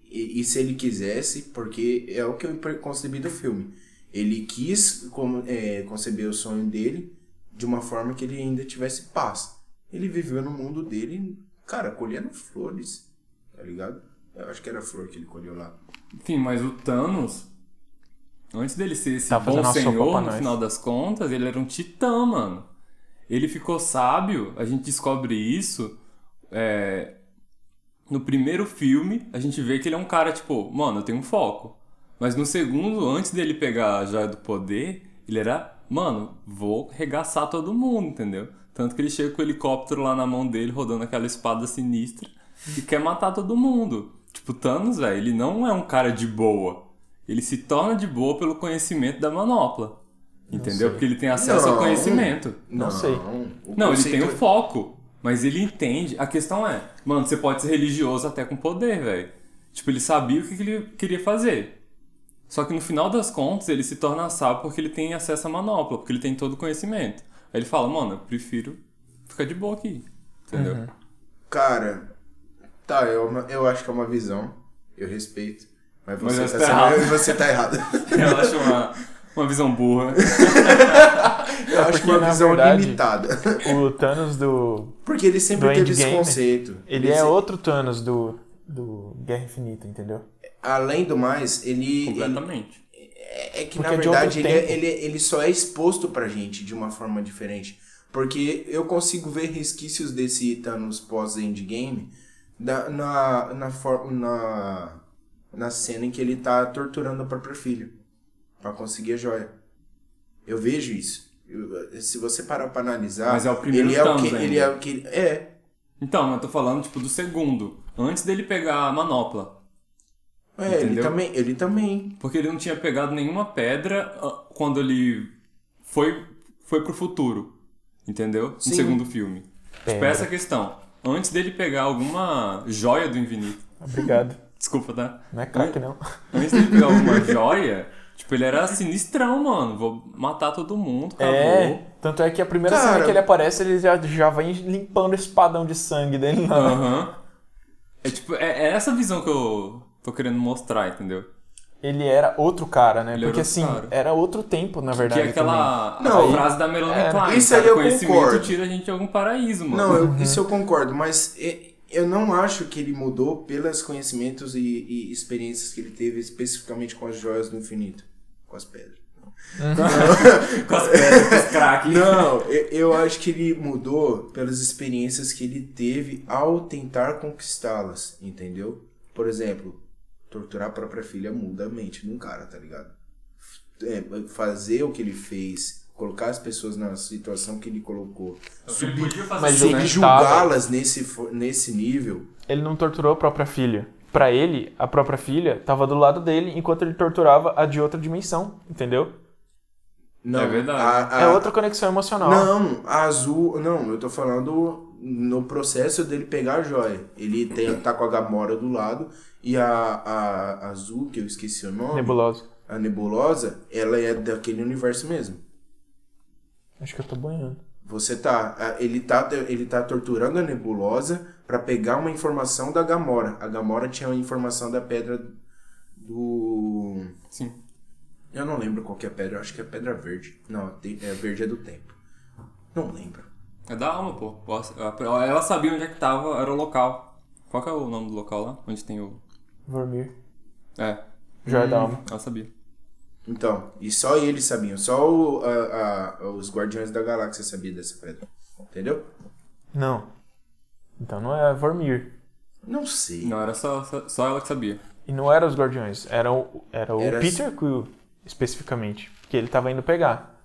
E, e se ele quisesse, porque é o que eu pre- concebi do filme. Ele quis como, é, conceber o sonho dele de uma forma que ele ainda tivesse paz. Ele viveu no mundo dele, cara, colhendo flores, tá ligado? Eu acho que era flor que ele colheu lá.
Enfim, mas o Thanos, antes dele ser esse
Tá
bom
fazendo uma sopa pra
senhor, no
nós.
final das contas, ele era um titã, mano. Ele ficou sábio, a gente descobre isso. é, No primeiro filme, a gente vê que ele é um cara, tipo, mano, eu tenho um foco. Mas no segundo, antes dele pegar a joia do poder, ele era, mano, vou regaçar todo mundo, entendeu? Tanto que ele chega com o helicóptero lá na mão dele, rodando aquela espada sinistra, e quer matar todo mundo. Tipo, Thanos, velho, ele não é um cara de boa. Ele se torna de boa pelo conhecimento da manopla. Entendeu? Porque ele tem acesso ao
Não.
conhecimento.
Não sei.
o
Não, ele tem um
conceito-
o foco, mas ele entende. A questão é, mano, você pode ser religioso até com poder, velho. Tipo, ele sabia o que que ele queria fazer. Só que no final das contas, ele se torna sábio porque ele tem acesso à manopla, porque ele tem todo o conhecimento. Aí ele fala, mano, eu prefiro ficar de boa aqui. Entendeu?
é- Cara, tá, eu, eu acho que é uma visão, eu respeito, mas
Mas
você,
você
tá,
tá
sendo-
errado.
você tá errado.
Eu acho uma, uma visão burra.
Eu acho que é
porque,
uma
na
visão
verdade,
limitada.
O Thanos do.
Porque ele sempre
do
teve esse
Endgame, né?
conceito.
Ele é outro Thanos do. do Guerra Infinita, entendeu?
Além do mais, ele. ele-
Completamente.
é é que
Porque
na
é de outro
verdade ele, é-
tempo.
ele, ele só é exposto pra gente de uma forma diferente. Porque eu consigo ver resquícios desse Thanos pós-endgame da- na, na, for- na, na cena em que ele tá torturando o próprio filho pra conseguir a joia. Eu vejo isso. Eu- se você parar pra analisar,
Mas é o primeiro
ele é o
Thanos
que ele
ainda.
é o que é.
Então, eu tô falando, tipo, do segundo. Antes dele pegar a manopla.
É, ele
Entendeu?
também, ele também.
Porque ele não tinha pegado nenhuma pedra ah, quando ele foi, foi pro futuro. Entendeu? No
Sim.
segundo filme. Tipo,
Pedra.
essa questão. Antes dele pegar alguma joia do infinito.
Obrigado.
Desculpa, tá?
Não é craque, não.
Antes dele pegar alguma joia, tipo, ele era sinistrão, mano. Vou matar todo mundo, acabou.
É, tanto é que a primeira
Cara-
cena que ele aparece, ele já, já vai limpando o espadão de sangue dele né?
Ah.
lá.
Aham. É tipo, é, é essa visão que eu tô querendo mostrar, entendeu?
Ele era outro cara, né?
Ele
Porque
era outro
assim,
cara.
era outro tempo, na verdade.
que é aquela
também. Não,
a frase da Melanie
é,
Klein.
isso
cara,
aí eu
conhecimento
concordo.
tira a gente de algum paraíso, mano.
Não, eu- isso eu concordo, mas e- eu não acho que ele mudou pelos conhecimentos e, e experiências que ele teve especificamente com as joias do infinito, com as pedras.
com as pedras, com os craques.
Não, eu, eu acho que ele mudou pelas experiências que ele teve ao tentar conquistá-las, entendeu? Por exemplo, torturar a própria filha muda a mente de um cara, tá ligado? É, fazer o que ele fez, colocar as pessoas na situação que ele colocou,
Ele podia fazer
Mas
isso, né?
subjugá-las nesse, fo- nesse nível,
Ele não torturou a própria filha. Pra ele, a própria filha tava do lado dele enquanto ele torturava a de outra dimensão, entendeu?
Não,
É verdade.
a- a-
É outra conexão emocional.
Não, a azul. Não, eu tô falando no processo dele pegar a joia. Ele tem, tá com a Gamora do lado e a, a, a azul, que eu esqueci o nome,
Nebulosa.
a nebulosa, ela é daquele universo mesmo.
Acho que eu tô banhando.
Você tá. ah, Ele tá, ele tá torturando a nebulosa pra pegar uma informação da Gamora. A Gamora tinha a informação da pedra do.
Sim.
Eu não lembro qual que é a pedra, eu acho que é a pedra verde. Não, tem- é verde é do tempo. Não lembro.
É da alma, pô. Ela ela sabia onde é que tava, era o local. Qual que é o nome do local lá? Onde tem o.
Vormir.
É,
Jordalma.
ela sabia.
Então, e só eles sabiam, só o- a- a- os Guardiões da Galáxia sabiam dessa pedra. Entendeu?
Não. Então não é Vormir.
Não sei.
Não, era só, só, só ela que sabia.
E não eram os Guardiões, era o, era o
Era-
Peter Quill, especificamente, que ele tava indo pegar.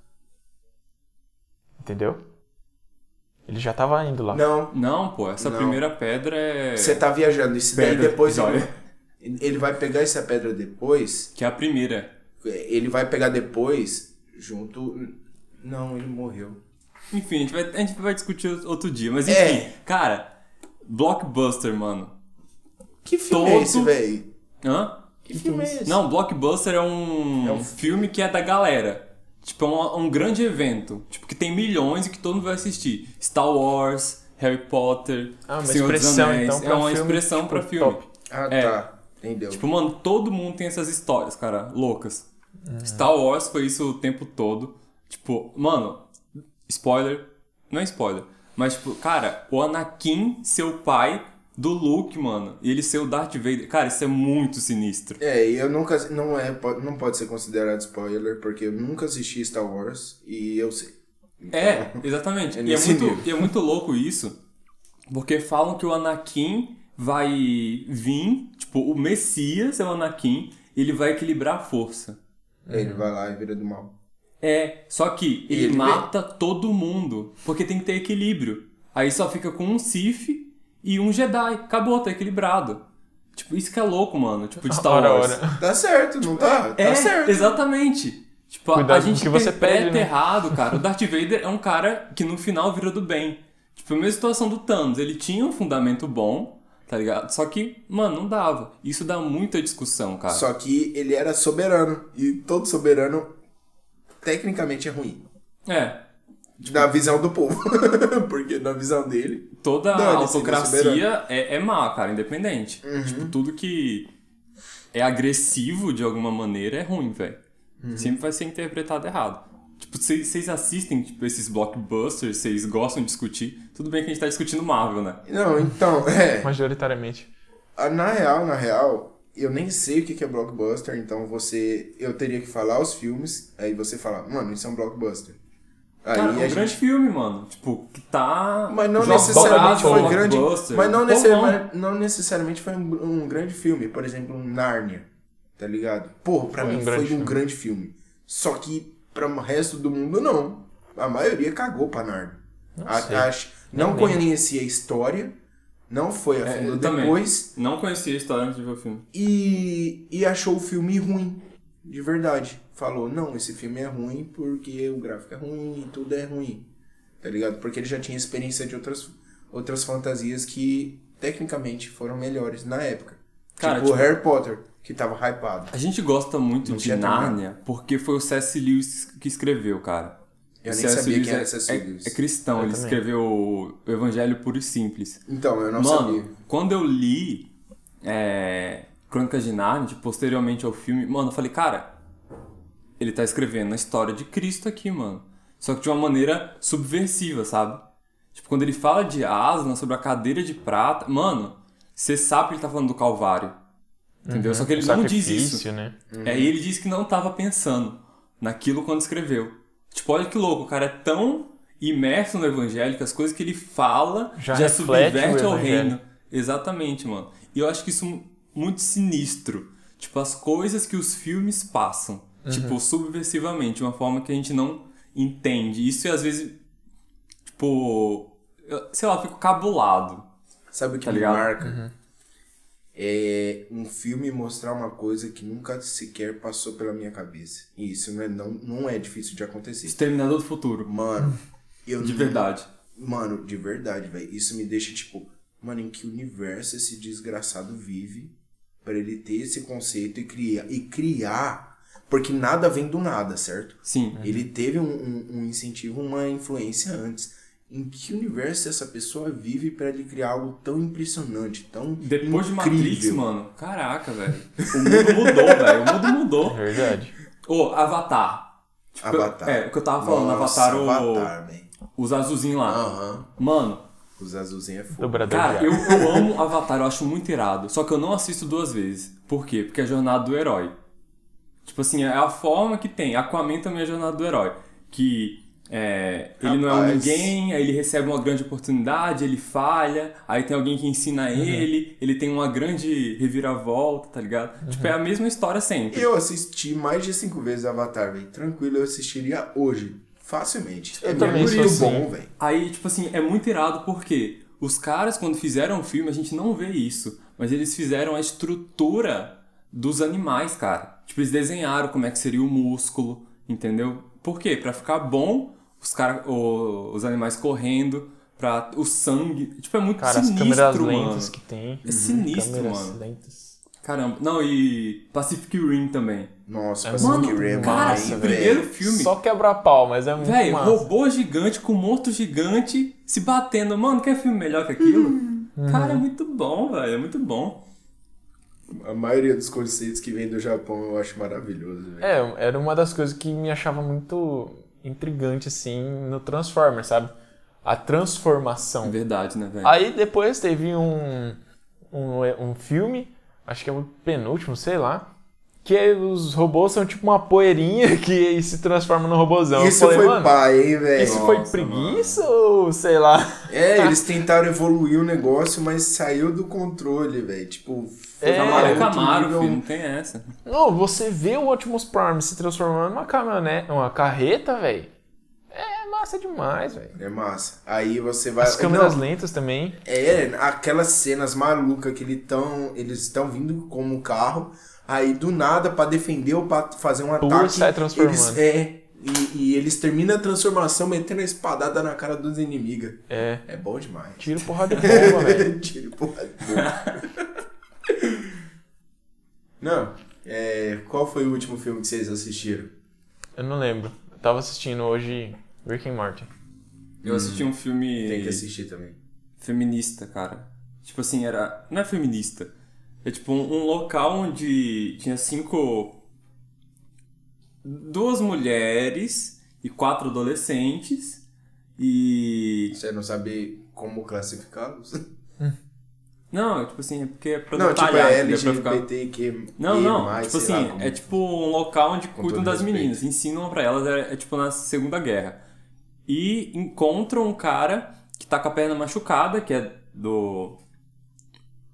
Entendeu? Ele já tava indo lá.
Não,
Não, pô, essa
Não.
primeira pedra é.
você tá viajando. Isso daí
Pedra,
depois.
joia.
Ele, ele vai pegar essa pedra depois.
Que é a primeira.
Ele vai pegar depois junto. Não, ele morreu.
Enfim, a gente vai, a gente vai discutir outro dia, mas enfim,
É.
cara, blockbuster, mano.
Que filme é
Todo-
esse, velho?
Hã?
Que filme é esse?
Não, blockbuster é um,
É um
filme que é da galera. Tipo, é um, um grande evento. Tipo, que tem milhões e que todo mundo vai assistir. Star Wars, Harry Potter,
Ah, uma
Senhor dos
expressão,
Anéis.
então, pra
é uma
filme,
expressão
tipo,
pra filme.
top.
Ah,
É.
tá. Entendeu?
Tipo, mano, todo mundo tem essas histórias, cara, loucas.
Uhum.
Star Wars foi isso o tempo todo. Tipo, mano, spoiler, não é spoiler, mas tipo, cara, o Anakin ser o pai do Luke, mano, e ele ser o Darth Vader. Cara, isso é muito sinistro.
É, e eu nunca. Não, é, po- não pode ser considerado spoiler, porque eu nunca assisti Star Wars e eu sei.
É, exatamente.
É
e, é
nesse
muito,
nível.
e é muito louco isso, porque falam que o Anakin vai vir, tipo, o Messias é o Anakin, e ele vai equilibrar a força. Uhum.
Ele vai lá e vira do mal.
É, só que
E
ele,
ele
mata todo mundo, porque tem que ter equilíbrio. Aí só fica com um Sif e um Jedi. Acabou, tá equilibrado. Tipo, isso que é louco, mano. Tipo, de Star
Ora,
Wars.
ora.
Tá certo, não tá? Tá
É,
certo.
exatamente. Tipo, a- a
Cuidado com o
gente
que você
interpreta
pede, né?
errado, cara. O Darth Vader é um cara que no final vira do bem. Tipo, a mesma situação do Thanos. Ele tinha um fundamento bom, tá ligado? Só que, mano, não dava. Isso dá muita discussão, cara.
Só que ele era soberano. E todo soberano, tecnicamente, é ruim.
É,
Na visão do povo. Porque na visão dele.
toda
Dane-se,
autocracia é, é má, cara, independente.
Uhum.
Tipo, tudo que é agressivo de alguma maneira é ruim, velho.
Uhum.
Sempre vai ser interpretado errado. Tipo, vocês vocês assistem tipo, esses blockbusters, vocês gostam de discutir. Tudo bem que a gente tá discutindo Marvel, né?
Não, então, é.
Majoritariamente.
Ah, Na real, na real, eu nem sei o que que é blockbuster, então você. Eu teria que falar os filmes, aí você fala, mano, isso é um blockbuster. Aí
Cara, é um
a
grande
gente-
filme, mano. Tipo, que tá.
Mas não
jogado,
necessariamente foi grande.
blockbuster.
Mas não,
Pô,
necessari- mas não necessariamente foi um, um grande filme. Por exemplo, um Narnia. Tá ligado? Porra, pra
Foi um
mim
grande
foi um
filme.
grande filme. Só que pra o resto do mundo, não. A maioria cagou pra Narnia. Não, a,
sei.
a- não conhecia a história. Não foi a
É,
fundo
eu também.
depois.
Não conhecia a história antes de ver o filme.
E, e achou o filme ruim. De verdade. Falou, não, esse filme é ruim porque o gráfico é ruim e tudo é ruim. Tá ligado? Porque ele já tinha experiência de outras, outras fantasias que tecnicamente foram melhores na época.
Cara,
tipo, o
tipo-
Harry Potter, que tava hypado.
A gente gosta muito
Não
de
tinha terminado.
Nárnia porque foi o C.S. Lewis que escreveu, cara.
Eu
O
nem
C.S.
sabia
Lewis
quem era
é-
C.S.
é-
Lewis.
É, cristão,
Eu
ele
também.
escreveu o Evangelho Puro e Simples.
Então, eu não
Mano,
sabia.
quando eu li é, Crônicas de Nárnia, tipo, posteriormente ao filme, mano, eu falei, cara, ele tá escrevendo a história de Cristo aqui, mano. Só que de uma maneira subversiva, sabe? Tipo, quando ele fala de Aslan, sobre a cadeira de prata, mano, você sabe que ele tá falando do Calvário. Entendeu?
Uhum.
Só que ele não diz isso.
Sacrifício, né?
É, e ele disse que não tava pensando naquilo quando escreveu. Tipo, olha que louco, o cara é tão imerso no evangelho que as coisas que ele fala já,
Já reflete
subverte
o
ao
evangelho.
reino. Exatamente, mano. E eu acho que isso é muito sinistro. Tipo, as coisas que os filmes passam.
Uhum.
Tipo, subversivamente, de uma forma que a gente não entende. Isso às vezes, tipo, eu- sei lá, eu fico cabulado.
Sabe o que
Tá
me
ligado?
marca? É um filme mostrar uma coisa que nunca sequer passou pela minha cabeça. E isso não é, não, não é difícil de acontecer.
Exterminador do Futuro.
Mano, eu
De
não-
verdade.
Mano, de verdade, velho. Isso me deixa tipo, mano, em que universo esse desgraçado vive pra ele ter esse conceito e criar e criar Porque nada vem do nada, certo?
Sim.
É.
Ele teve um, um- um incentivo, uma influência antes. Em que universo essa pessoa vive para ele criar algo tão impressionante, tão
Depois de
incrível?
Matrix, mano, caraca, velho. O mundo mudou, velho. O mundo
É
mudou.
verdade.
Ô, Avatar.
Avatar.
É, o que eu tava falando,
Nossa,
Avatar, o- Ah.
Avatar, man.
Os azulzinhos lá.
Aham.
Mano,
Os azulzinhos é foda.
Dobrador de
cara,
ar.
eu, eu amo Avatar, eu acho muito irado. Só que eu não assisto duas vezes. Por quê? Porque é a jornada do herói. Tipo assim, é a forma que tem. Aquaman também é a jornada do herói. Que é, ele não é um
Rapaz.
ninguém, aí ele recebe uma grande oportunidade, ele falha, aí tem alguém que ensina ele, ele tem uma grande reviravolta, tá ligado? Tipo, é a mesma história sempre.
Eu assisti mais de cinco vezes Avatar, velho. Tranquilo, eu assistiria hoje. Facilmente.
Eu
é
também
muito
sou assim.
bom, velho.
Aí, tipo assim, é muito irado porque os caras, quando fizeram o filme, a gente não vê isso, mas eles fizeram a estrutura dos animais, cara. Tipo, eles desenharam como é que seria o músculo, entendeu? Por quê? Pra ficar bom, os, cara, o- os animais correndo, pra, o sangue. Tipo, é muito
Cara, as
sinistro,
câmeras
mano.
lentas que tem. Uhum.
É sinistro,
câmeras
mano.
lentas.
Caramba. Não, e Pacific Rim também.
Nossa,
É
Pacific
muito
Rim é
massa,
bem,
velho.
velho.
primeiro filme.
Só quebra pau, mas é muito
Véi,
massa.
robô gigante com morto gigante se batendo. Mano, quer filme melhor que aquilo? Cara, é muito bom, velho. É muito bom.
A maioria dos conceitos que vem do Japão eu acho maravilhoso, velho.
É, era uma das coisas que me achava muito intrigante, assim, no Transformers, sabe? A
É
transformação.
verdade, né, velho?
Aí depois teve um, um, um filme, acho que é o penúltimo, sei lá, que é os robôs são tipo uma poeirinha que se transforma no robôzão. Eu
Isso
falei,
foi
mano,
pai, hein, velho?
isso foi
Nossa,
preguiça ou sei lá?
É, eles tentaram evoluir o negócio, mas saiu do controle, velho. Tipo, foi
É,
Camaro é
outro
Camaro,
nível.
filho. Não tem essa.
Não, você vê o Optimus Prime se transformando numa caminhonete, uma carreta, velho. É massa demais, velho.
É massa. Aí você vai.
As câmeras
Não,
lentas também.
é, aquelas cenas malucas que eles tão, eles estão vindo como um carro, aí do nada, pra defender ou pra fazer um
Pula e
ataque.
sai transformando.
Eles, é, e, e eles terminam a transformação metendo a espadada na cara dos inimigos.
É.
É bom demais.
Tiro porrada de bomba, velho.
Tiro porra de boca. Não, é, qual foi o último filme que vocês assistiram?
Eu não lembro. Eu tava assistindo hoje Rick and Morty.
Eu assisti um filme
Tem que assistir também.
feminista, cara. Tipo assim, era. Não é feminista. É tipo um, um local onde tinha cinco. Duas mulheres e quatro adolescentes. E
Você não sabe como classificá-los?
Não, tipo assim, é porque é pra
Não, tipo,
detalhar,
é
entendeu? pra ficar...
LGBTQ.
Não, não,
mais,
tipo
sei
assim,
lá, como-
é tipo um local onde cuidam
todo
das
respeito.
meninas, ensinam pra elas, é, é tipo na Segunda Guerra. E encontram um cara que tá com a perna machucada, que é do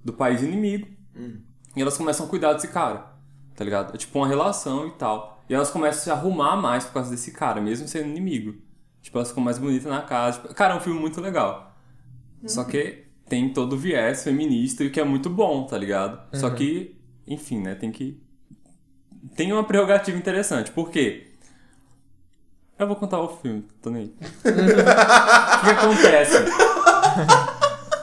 do país inimigo,
Hum.
e elas começam a cuidar desse cara, tá ligado? É tipo uma relação e tal. E elas começam a se arrumar mais por causa desse cara, mesmo sendo inimigo. Tipo, elas ficam mais bonitas na casa. Tipo, Cara, é um filme muito legal. Só que tem todo o viés feminista, e o que é muito bom, tá ligado?
Uhum.
Só que, enfim, né, tem que. Tem uma prerrogativa interessante, por quê? Eu vou contar o filme, tô nem. aí. o que acontece?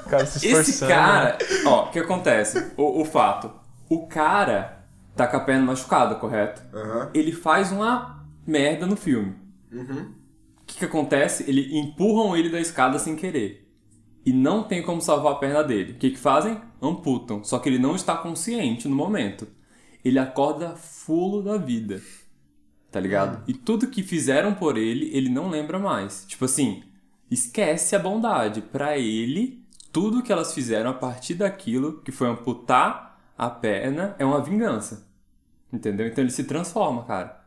O cara se esforçando. né?
Esse cara. Ó, o que acontece? O, o fato. O cara tá com a perna machucada, correto?
Aham.
Ele faz uma merda no filme. O que, que acontece? Ele empurram ele da escada sem querer. E não tem como salvar a perna dele. O que, que fazem? Amputam. Só que ele não está consciente no momento. Ele acorda fulo da vida. Tá ligado?
É.
E tudo que fizeram por ele, ele não lembra mais. Tipo assim, esquece a bondade. Pra ele, tudo que elas fizeram a partir daquilo, que foi amputar a perna, é uma vingança. Entendeu? Então ele se transforma, cara.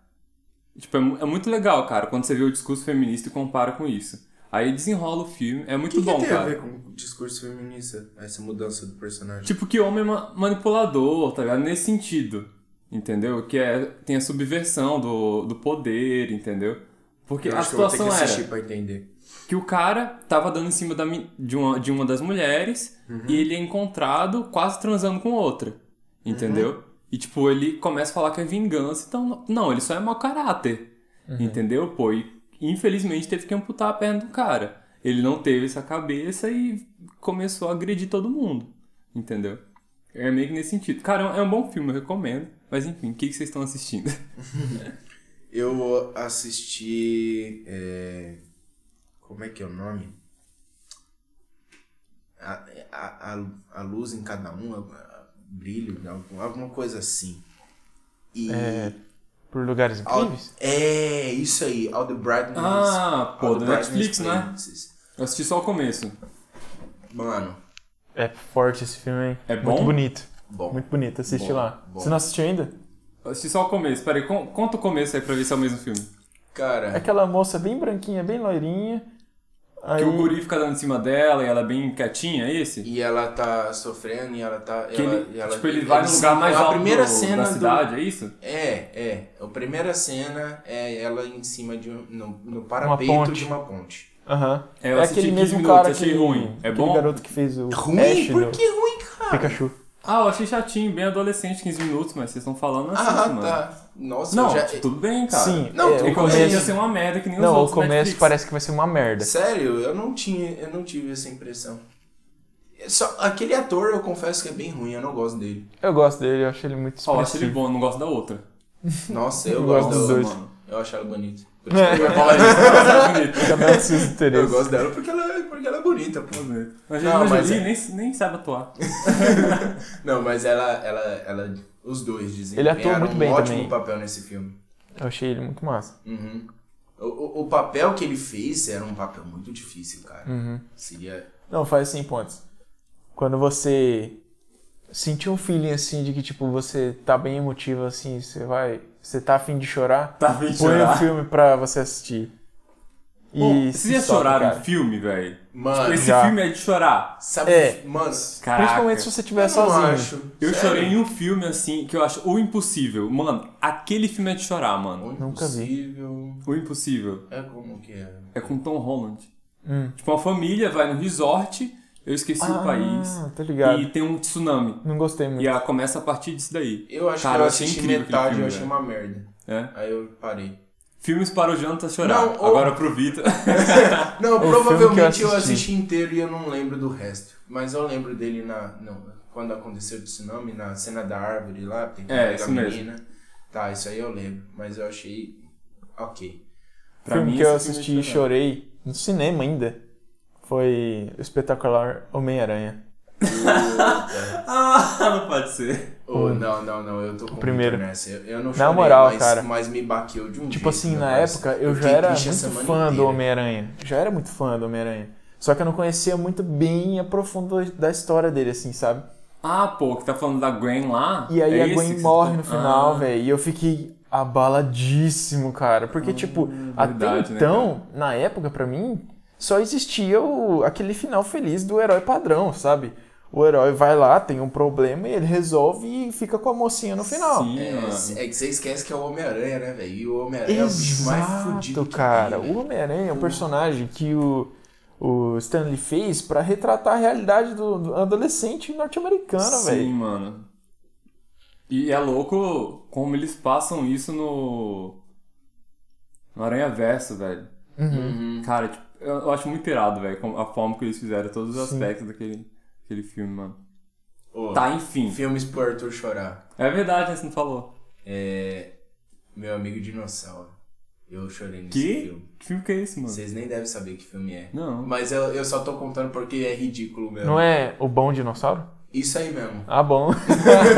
Tipo, é, mu- é muito legal, cara, quando você vê o discurso feminista e compara com isso. Aí desenrola o filme, é
O
muito
que,
bom,
que tem
cara.
a ver com o discurso feminista? Essa mudança do personagem.
Tipo que homem é ma- manipulador, tá ligado? Nesse sentido, entendeu? Que é, tem a subversão do, do poder, entendeu? Porque
eu
a
acho que eu vou ter que
situação era
assistir pra entender.
que o cara tava dando em cima da mi- de, uma, de uma das mulheres e ele é encontrado quase transando com outra, entendeu? E tipo, ele começa a falar que é vingança, então não, ele só é mau caráter, entendeu? Pô, e infelizmente teve que amputar a perna do cara. Ele não teve essa cabeça e começou a agredir todo mundo, entendeu? É meio que nesse sentido. Cara, é um- é um bom filme, eu recomendo. Mas enfim, o que, que vocês estão assistindo?
Eu assisti. é, Como é que é o nome? A, a, a, a luz em cada um, a- a- brilho, algum- alguma coisa assim. E.
É, por lugares
All-
incríveis?
é, isso aí, All the Brightness.
Ah, pô,
All
do
the
Netflix, né?
Brightness
Eu assisti só o começo.
Places. Mano,
É forte esse filme, hein?
É bom?
Muito bonito.
bom.
Muito bonito, assiste
Bom,
lá.
bom.
Você não assistiu ainda?
Eu assisti só o começo. Peraí, con- conta o começo aí pra ver se é o mesmo filme.
É
Cara,
aquela moça bem branquinha, bem loirinha. Aí...
Que o guri fica dando em cima dela e ela é bem quietinha, é esse?
e ela tá sofrendo e ela tá.
Que
ela,
ele,
ela-
tipo, ele vai no lugar mais
é a
alto
primeira
do-
cena
da
do-
cidade, é isso?
É, é. A primeira cena é ela em cima de um. no, no parapeito
ponte.
de uma ponte.
Aham.
É, eu
É
assisti
aquele
15
mesmo
minutos,
cara
achei
que...
ruim. É
aquele
bom?
garoto que fez o
Ruim?
Ash
Por
no
que ruim, cara?
Pikachu.
Ah, eu achei chatinho, bem adolescente, 15 minutos, mas vocês estão falando assim,
Ah,
mano.
tá. Nossa,
Não, tipo,
eu já.
tudo bem, cara.
Sim,
Não,
é,
tudo
O
bem.
o
começo ia ser
começo...
uma merda que nem assim, os
Não, o
outros
começo
Netflix.
parece que vai ser uma merda.
Sério, eu não tinha. Eu não tive essa impressão. É Só, aquele ator, eu confesso que é bem ruim, eu não gosto dele.
Eu gosto dele, eu acho ele muito
Só
expressivo.
acho ele bom, eu não gosto da outra.
Nossa, eu,
Eu
gosto
gosto
dela,
dos dois.
mano. Eu acho ela bonita. Por isso
É.
que eu ia falar isso.
Também preciso
Eu
interesse.
gosto dela porque ela, porque ela é bonita, pô.
Mas
Não,
a gente
mas
Jolie
é-
nem, nem sabe atuar.
Não, mas ela, ela, ela os dois dizem
Ele atua muito bem
um ótimo
também.
papel nesse filme.
Eu achei ele muito massa.
Uhum. O, o, o papel que ele fez era um papel muito difícil, cara.
Uhum.
Seria.
Não, faz assim pontos. Quando você sentir um feeling assim de que tipo você tá bem emotivo assim, você vai, você tá afim de chorar,
Tá bem
põe o
chorar.
filme pra você assistir. E
Bom,
se
vocês já
solta,
choraram
cara.
em filme, velho?
Mano,
Tipo, esse
já.
filme é de chorar.
sabe?
É.
Mano,
Caraca.
Principalmente se você
eu
estiver
não
sozinho.
acho.
Eu
Sério?
chorei em um filme, assim, que eu acho O Impossível. Mano, aquele filme é de chorar, mano.
O
Nunca vi.
Impossível.
O Impossível.
É como que é?
É com Tom Holland.
Hum.
Tipo, uma família vai no resort, eu esqueci o país,
Ah, tá ligado.
e tem um tsunami.
Não gostei muito.
E ela começa a partir disso daí.
Eu acho
Cara,
que eu
eu achei
assisti
incrível aquele
metade e eu
filme,
achei
velho.
uma merda.
É.
Aí eu parei.
Filmes para o Jonathan chorar.
Não, ou-
Agora pro Vitor.
Não,
filme que
provavelmente
eu
eu assisti.
assisti.
inteiro e eu não lembro do resto. Mas eu lembro dele na. Não, quando aconteceu o tsunami, na cena da árvore lá, tem que
É,
pegar
isso
a
mesmo.
menina. Tá, isso aí eu lembro. Mas eu achei. Ok.
O
Pra
filme
mim,
que eu
esse filme é de
assisti e
chorar.
chorei no cinema ainda foi o espetacular Homem-Aranha.
Ah, não pode ser.
Ô, não, não, não, eu tô com
Hum. primeiro.
muito nessa. Eu, eu não
Na
chorei,
moral,
mas,
cara.
mas me baqueou de um
Tipo
jeito,
assim,
meu
na
parceiro.
época eu já
fiquei
era
triste
muito
essa
fã
semana
do
inteira.
Homem-Aranha. Já era muito fã do Homem-Aranha. Só que eu não conhecia muito bem a profunda da história dele, assim, sabe?
Ah, pô, que tá falando da Gwen lá?
E aí
É
a
esse que
Gwen
você
morre
tá-
no final,
Ah,
velho. E eu fiquei abaladíssimo, cara. Porque, tipo,
Hum, verdade,
até
né,
então, na época, pra mim, só existia o, aquele final feliz do herói padrão, sabe? O herói vai lá, tem um problema e ele resolve e fica com a mocinha no final.
Sim, mano.
É, é que você esquece que é o Homem-Aranha, né, velho? E o Homem-Aranha é o bicho mais fudido.
Exato,
que
cara.
tem,
O Homem-Aranha é um personagem que o, o Stanley fez pra retratar a realidade do, do adolescente norte-americano,
Sim,
velho.
mano. E é louco como eles passam isso no. No Aranha Verso, velho.
Uhum.
Cara, tipo, eu eu acho muito irado, velho, como- a forma que eles fizeram todos os
Sim.
aspectos daquele, daquele filme, mano.
Ô,
Tá, enfim.
Filmes pro Arthur chorar.
É verdade, né, você não falou.
É. Meu amigo dinossauro. Eu chorei nesse
Que?
filme.
Que filme que é esse, mano?
Vocês nem devem saber que filme é.
Não.
Mas eu, eu só tô contando porque é ridículo mesmo.
Não é o bom dinossauro?
Isso aí mesmo.
Ah, bom.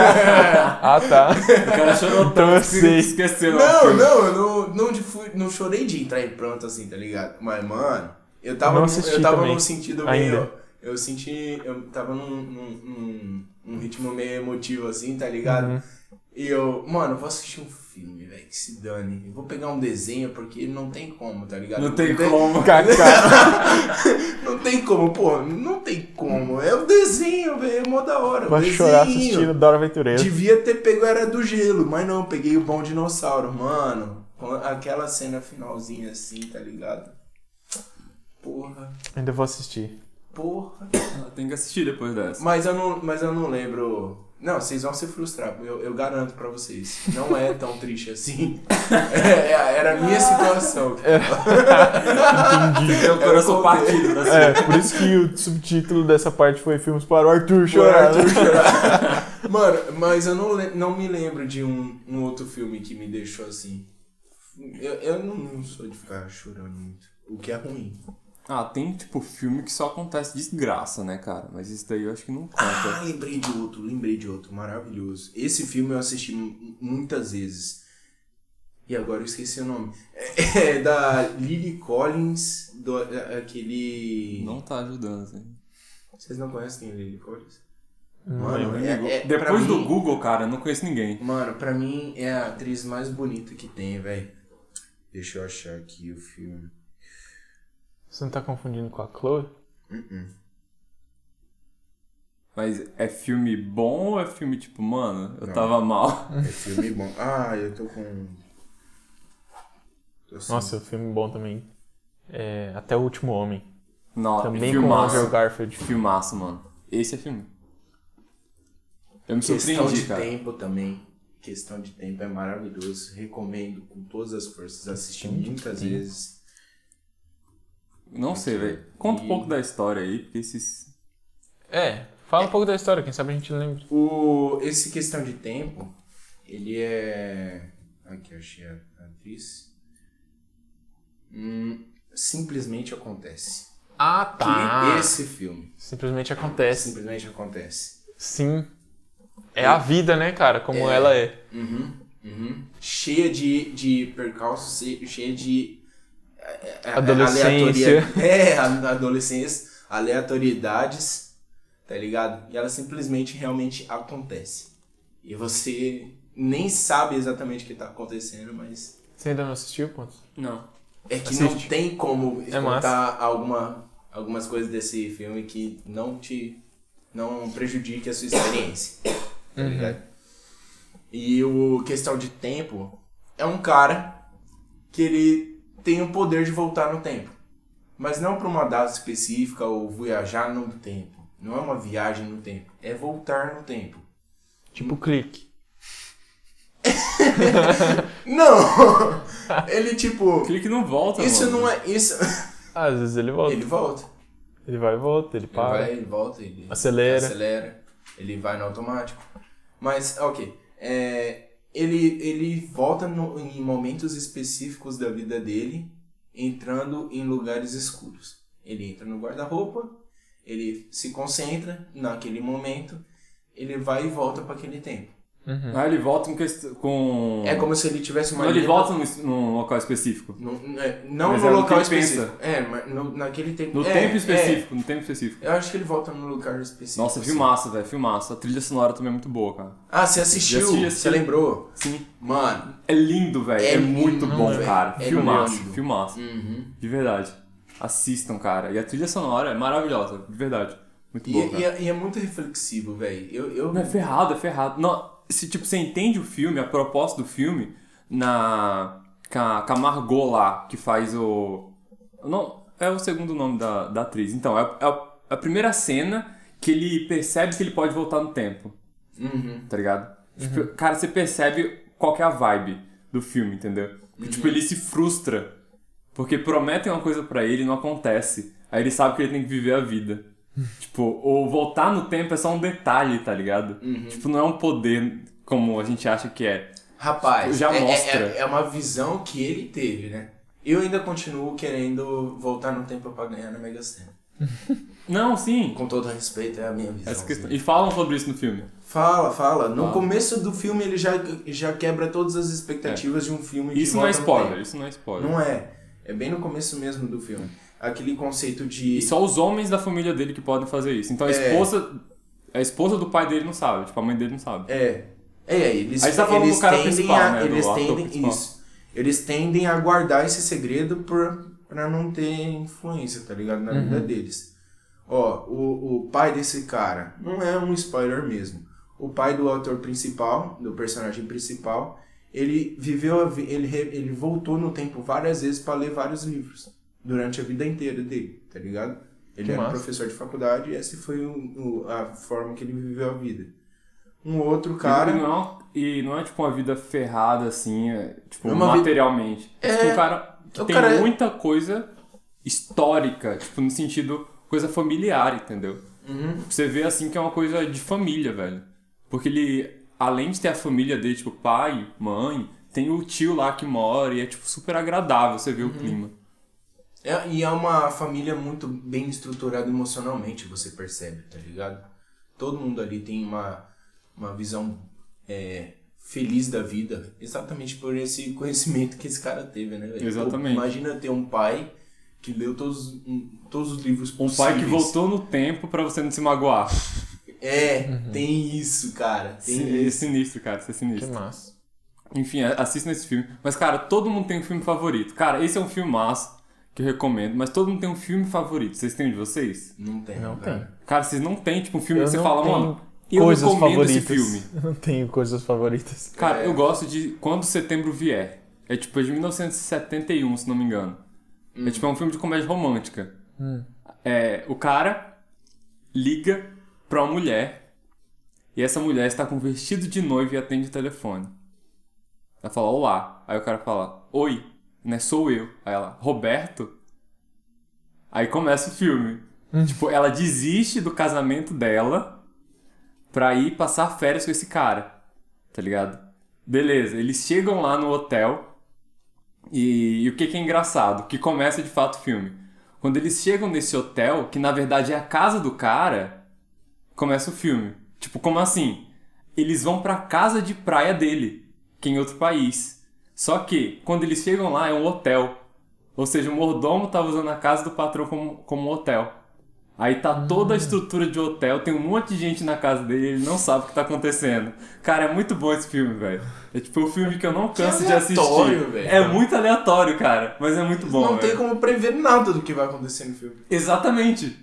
ah, tá.
O cara chorou
Então eu
tanto que
sei.
esqueceu.
Não, não, eu não, não, de fui- não chorei de entrar em pronto assim, tá ligado? Mas, mano, eu tava,
Não
num-
assisti
eu tava
também,
num sentido
ainda.
meio. Eu senti. Eu tava num, num, num- num ritmo meio emotivo assim, tá ligado?
Uhum.
E eu, mano, eu vou assistir um filme, velho, que se dane. Eu vou pegar um desenho porque não tem como, tá ligado?
Não tem como.
Cacá.
Não tem como, pô, não tem como. É o desenho, velho, é mó da hora. o
Vai
desenho.
chorar assistindo Dora Aventureira.
Devia ter pego Era do Gelo, mas não, peguei o Bom Dinossauro, mano. com Aquela cena finalzinha assim, tá ligado? Porra,
Ainda vou assistir.
porra.
Tem que assistir depois dessa.
Mas eu não, mas eu não lembro Não, vocês vão se frustrar, eu, eu garanto pra vocês. Não é tão triste assim. É, é- era a minha situação.
Meu coração partido, assim.
É, por isso que o subtítulo dessa parte foi Filmes para o Arthur
Chorar,
chorar. né?
Arthur, chorar. Mano, mas eu não, le- não me lembro de um, um outro filme que me deixou assim. Eu, eu não, não sou de ficar chorando muito. O que é ruim.
Ah, tem tipo filme que só acontece desgraça, né, cara? Mas isso daí eu acho que não conta.
Ah, lembrei de outro, lembrei de outro. Maravilhoso. Esse filme eu assisti mu- muitas vezes. E agora eu esqueci o nome. É, da Lily Collins, do, a- aquele.
Não tá ajudando, assim.
Vocês não conhecem quem é Lily Collins?
Não
Mano,
lembro.
é- é- pra
Depois do
mim-
Google, cara, eu não conheço ninguém.
Mano, pra mim é a atriz mais bonita que tem, velho. Deixa eu achar aqui o filme.
Você não tá confundindo com a Chloe?
Mas é filme bom ou é filme tipo, mano, eu
Não.
tava mal?
É filme bom. Ah, eu tô com. Tô sem-
Nossa, o filme bom também. É, Até o Último Homem.
Não,
Também com o Andrew
filmaço.
Garfield.
Filmaço, mano. Esse é filme. Eu me
Questão
surpreendi,
de
cara.
tempo também. Questão de tempo é maravilhoso. Recomendo com todas as forças. Assisti muitas vezes.
Não sei, velho. Conta um
E-
pouco da história aí, porque esses.
É, fala um pouco da história, quem sabe a gente lembra.
O... Esse questão de tempo, ele é. Aqui, achei a a atriz. Hum, simplesmente acontece.
Ah,
Que
tá.
esse filme
Simplesmente
É.
acontece.
simplesmente acontece.
Sim. É a vida, né, cara? Como
É.
ela é.
Uhum, uhum. Cheia de, de percalços, che- cheia de. é, é,
Adolescência.
aleatoria- É, a- adolescência, aleatoriedades, tá ligado? E ela simplesmente realmente acontece. E você nem sabe exatamente o que tá acontecendo, mas.
Você ainda não assistiu, Pontos?
Não.
É que não
Assiste.
tem como
É
contar alguma, algumas coisas desse filme que não te. não prejudique a sua experiência.
Uhum.
tá ligado? E o Questão de Tempo é um cara que ele tem o poder de voltar no tempo. Mas não para uma data específica ou viajar no tempo. Não é uma viagem no tempo, é voltar no tempo.
Tipo clique.
Não! ele tipo,
Clique não volta,
isso
mano.
não é isso.
Ah, Às vezes ele volta.
Ele
Ele,
volta.
vai e volta, ele
Ele
para.
vai, ele volta, ele
Acelera.
acelera, ele vai no automático. Mas, ok. é, ele, ele volta no- em momentos específicos da vida dele, entrando em lugares escuros. Ele entra no guarda-roupa, ele se concentra naquele momento, ele vai e volta para aquele tempo.
Uhum.
Ah, ele volta com. quest- com...
É como se ele tivesse uma.
Quando ele
linha-
volta num, num local específico.
Não, não é- não
Mas
no
é o que
local
ele pensa.
específico. É, mas no- naquele tempo.
No
é,
tempo
é.
específico, no tempo específico.
eu acho que ele volta no lugar específico.
Nossa,
assim.
filmaço, velho, filmaço. A trilha sonora também é muito boa, cara.
Ah, você
Já
assistiu?
assisti, assisti.
Você lembrou?
Sim.
Mano.
É lindo, velho. É,
É
muito
lindo,
bom,
velho.
cara.
É
filmaço,
lindo.
filmaço. De verdade. Assistam, cara. E a trilha sonora é maravilhosa, de verdade. Muito
E,
boa,
e
cara.
é- e é muito reflexivo, velho. Eu, eu...
Não, é ferrado, é ferrado. Não, se, tipo, você entende o filme, a proposta do filme, na... Com a, com a Margot lá, que faz o... Não, é o segundo nome da, da atriz. Então, é, é a- a primeira cena que ele percebe que ele pode voltar no tempo.
Uhum.
tá ligado? Tipo, cara, você percebe qual que é a vibe do filme, entendeu? Que, Tipo,
Uhum.
ele se frustra porque prometem uma coisa pra ele e não acontece. Aí ele sabe que ele tem que viver a vida. tipo, ou voltar no tempo é só um detalhe, tá ligado?
Uhum.
Tipo, não é um poder como a gente acha que é.
Rapaz,
Já
é, é-
mostra.
É, é uma visão que ele teve, né? Eu ainda continuo querendo voltar no tempo pra ganhar na Mega Sena.
Não, sim.
Com todo respeito, é a minha visão.
Essa questão. E falam sobre isso no filme.
Fala, fala. No
Fala.
começo do filme ele já, já quebra todas as expectativas de um filme de
Isso não é
volta no
spoiler,
tempo.
isso não é spoiler.
Não é. É bem no começo mesmo do filme. Aquele conceito de.
E só os homens da família dele que podem fazer isso. Então a
É.
esposa. A esposa do pai dele não sabe, tipo, a mãe dele não sabe.
É. É, é, eles,
Aí você tá falando do
eles
cara
tendem
principal,
a.
né, do
Eles
ator
tendem.
principal.
Isso. Eles tendem a guardar esse segredo pra, pra não ter influência, tá ligado? Na
Uhum.
vida deles. Ó, o, o pai desse cara, não é um spoiler mesmo. O pai do ator principal, do personagem principal, ele viveu a vi- ele, re- ele voltou no tempo várias vezes pra ler vários livros durante a vida inteira dele, tá ligado? Ele
Que
era
massa.
professor de faculdade e essa foi o- o- a forma que ele viveu a vida. um outro cara.
E não, é um- e não é tipo uma vida ferrada assim, é, tipo,
É uma vi-
materialmente. É tipo um cara que
o
tem
cara é-
muita coisa histórica, tipo, no sentido coisa familiar, entendeu?
Uhum.
Você vê assim que é uma coisa de família, velho. Porque ele, além de ter a família dele, tipo, pai, mãe, tem o tio lá que mora e é tipo super agradável você
Uhum.
vê o clima.
É- e é uma família muito bem estruturada emocionalmente, você percebe, tá ligado? Todo mundo ali tem uma, uma visão é, feliz da vida, exatamente por esse conhecimento que esse cara teve, né? velho?
Exatamente.
Pô, imagina ter um pai que leu todos, um- todos os livros
Um
possíveis.
pai que voltou no tempo pra você não se magoar.
É,
Uhum.
tem isso, cara. Tem
Sim, É
isso.
sinistro, cara, isso é
Que
sinistro.
massa.
Enfim, a- assistam esse filme. Mas, cara, todo mundo tem um filme favorito. Cara, esse é um filme massa que eu recomendo, mas todo mundo tem um filme favorito. Vocês têm um de vocês?
Não tem,
Não
cara.
tem.
Cara, vocês não têm, tipo, um filme
Eu
que você
não
fala,
tenho
mano, eu
coisas
recomendo
favoritas.
esse filme.
Eu não tenho coisas favoritas.
Cara,
É.
eu gosto de Quando Setembro Vier. É tipo é de 1971, se não me engano. É tipo é um filme de comédia romântica. É, o cara liga pra uma mulher e essa mulher está com um vestido de noiva e atende o telefone. Ela fala, olá. Aí o cara fala, oi, né? Sou eu. Aí ela, Roberto? Aí começa o filme. Tipo, ela desiste do casamento dela pra ir passar férias com esse cara tá ligado? Beleza, eles chegam lá no hotel e, e o que, que é engraçado? Que começa de fato o filme. Quando eles chegam nesse hotel, que na verdade é a casa do cara, começa o filme. Tipo, como assim? Eles vão pra casa de praia dele, que é em outro país. Só que, quando eles chegam lá, é um hotel. Ou seja, o mordomo tava usando a casa do patrão como, como um hotel. Aí tá toda a estrutura de hotel, tem um monte de gente na casa dele, ele não sabe o que tá acontecendo. Cara, é muito bom esse filme, velho. É tipo um filme que eu não canso de assistir.
aleatório, velho.
É muito aleatório, cara, mas é muito bom.
não tem
velho.
como prever nada do que vai acontecer no filme.
Exatamente.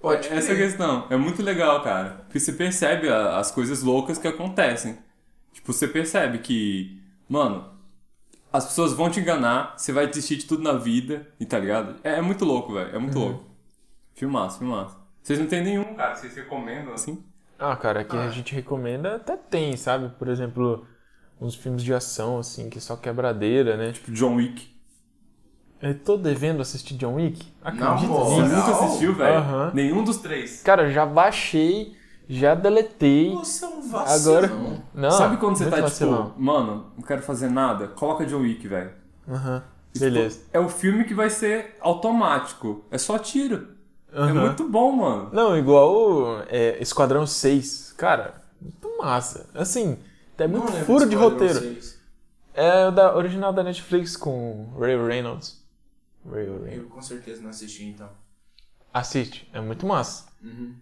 Pode
Essa é a
crer.
questão. É muito legal, cara. Porque você percebe a- as coisas loucas que acontecem. Tipo, você percebe que, mano, as pessoas vão te enganar, você vai desistir de tudo na vida, e tá ligado? É, é muito louco, velho. É muito louco. Filmaço, filmaço. Vocês não tem nenhum, cara, vocês recomendam assim?
Ah, cara, que a gente recomenda até tem, sabe? Por exemplo, uns filmes de ação, assim, que só quebradeira, né?
Tipo, John Wick.
Eu tô devendo assistir John Wick? Acredita
moral.
Você
nisso?
nunca assistiu, velho?
Aham.
Nenhum dos três.
Cara, já baixei, já deletei.
Você é um vacilão.
Agora. Não,
Sabe quando você
muito
tá,
vacilão.
tipo, mano, não quero fazer nada? Coloca John Wick, velho.
Aham. Beleza.
É o filme que vai ser automático. É só tiro. É
Aham.
muito bom, mano.
Não, igual o, é, Esquadrão 6. Cara, muito massa. Assim, é
Não
muito
lembro
furo de
Esquadrão
roteiro.
seis.
É o da, original da Netflix com o Ray Reynolds. Ray Reynolds.
Eu com certeza não assisti, então.
Assiste, é muito massa.
Uhum.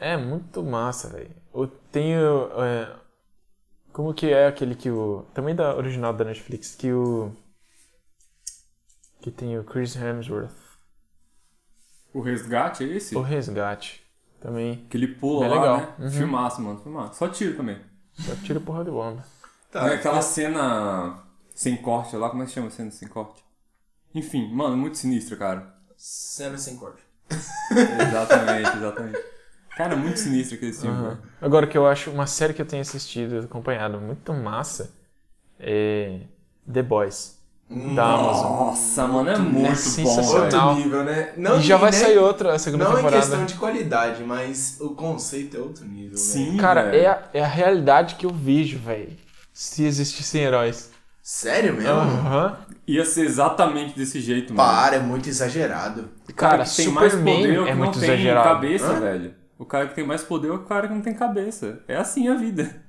É muito massa, velho. Eu tenho. é, como que é aquele que o. Também da original da Netflix, que o. Que tem o Chris Hemsworth.
O resgate é esse?
O Resgate. Também.
Que ele pula
É
lá,
legal.
né? Filmaço, mano. Filmaço. Só tiro também.
Só tira porra de bomba.
Tá,
É aquela cena sem corte lá. Como é que chama a cena sem corte? Enfim, mano, muito sinistro, cara.
Cena sem corte.
exatamente, exatamente. Cara, muito sinistro aquele filme,
Aham.
velho.
Agora que eu acho uma série que eu tenho assistido, acompanhado, muito massa, é The Boys. Da Amazon.
Nossa, mano, é muito
né?
bom,
Sensacional.
velho.
Não.
Outro nível, né? Não,
E já vai
nem-
sair outra, a segunda
Não é
temporada.
questão de qualidade, mas o conceito é outro nível. velho.
Sim,
Cara,
velho.
é a, é a realidade que eu vejo, velho. Se existissem heróis.
Sério mesmo?
Aham.
Ia ser exatamente desse jeito, mano.
Para, é muito exagerado.
O cara,
Cara,
que tem mais
Superman
poder é o que
é
não
muito
tem
exagerado.
cabeça, velho. O cara que tem mais poder é o cara que não tem cabeça. É assim a vida.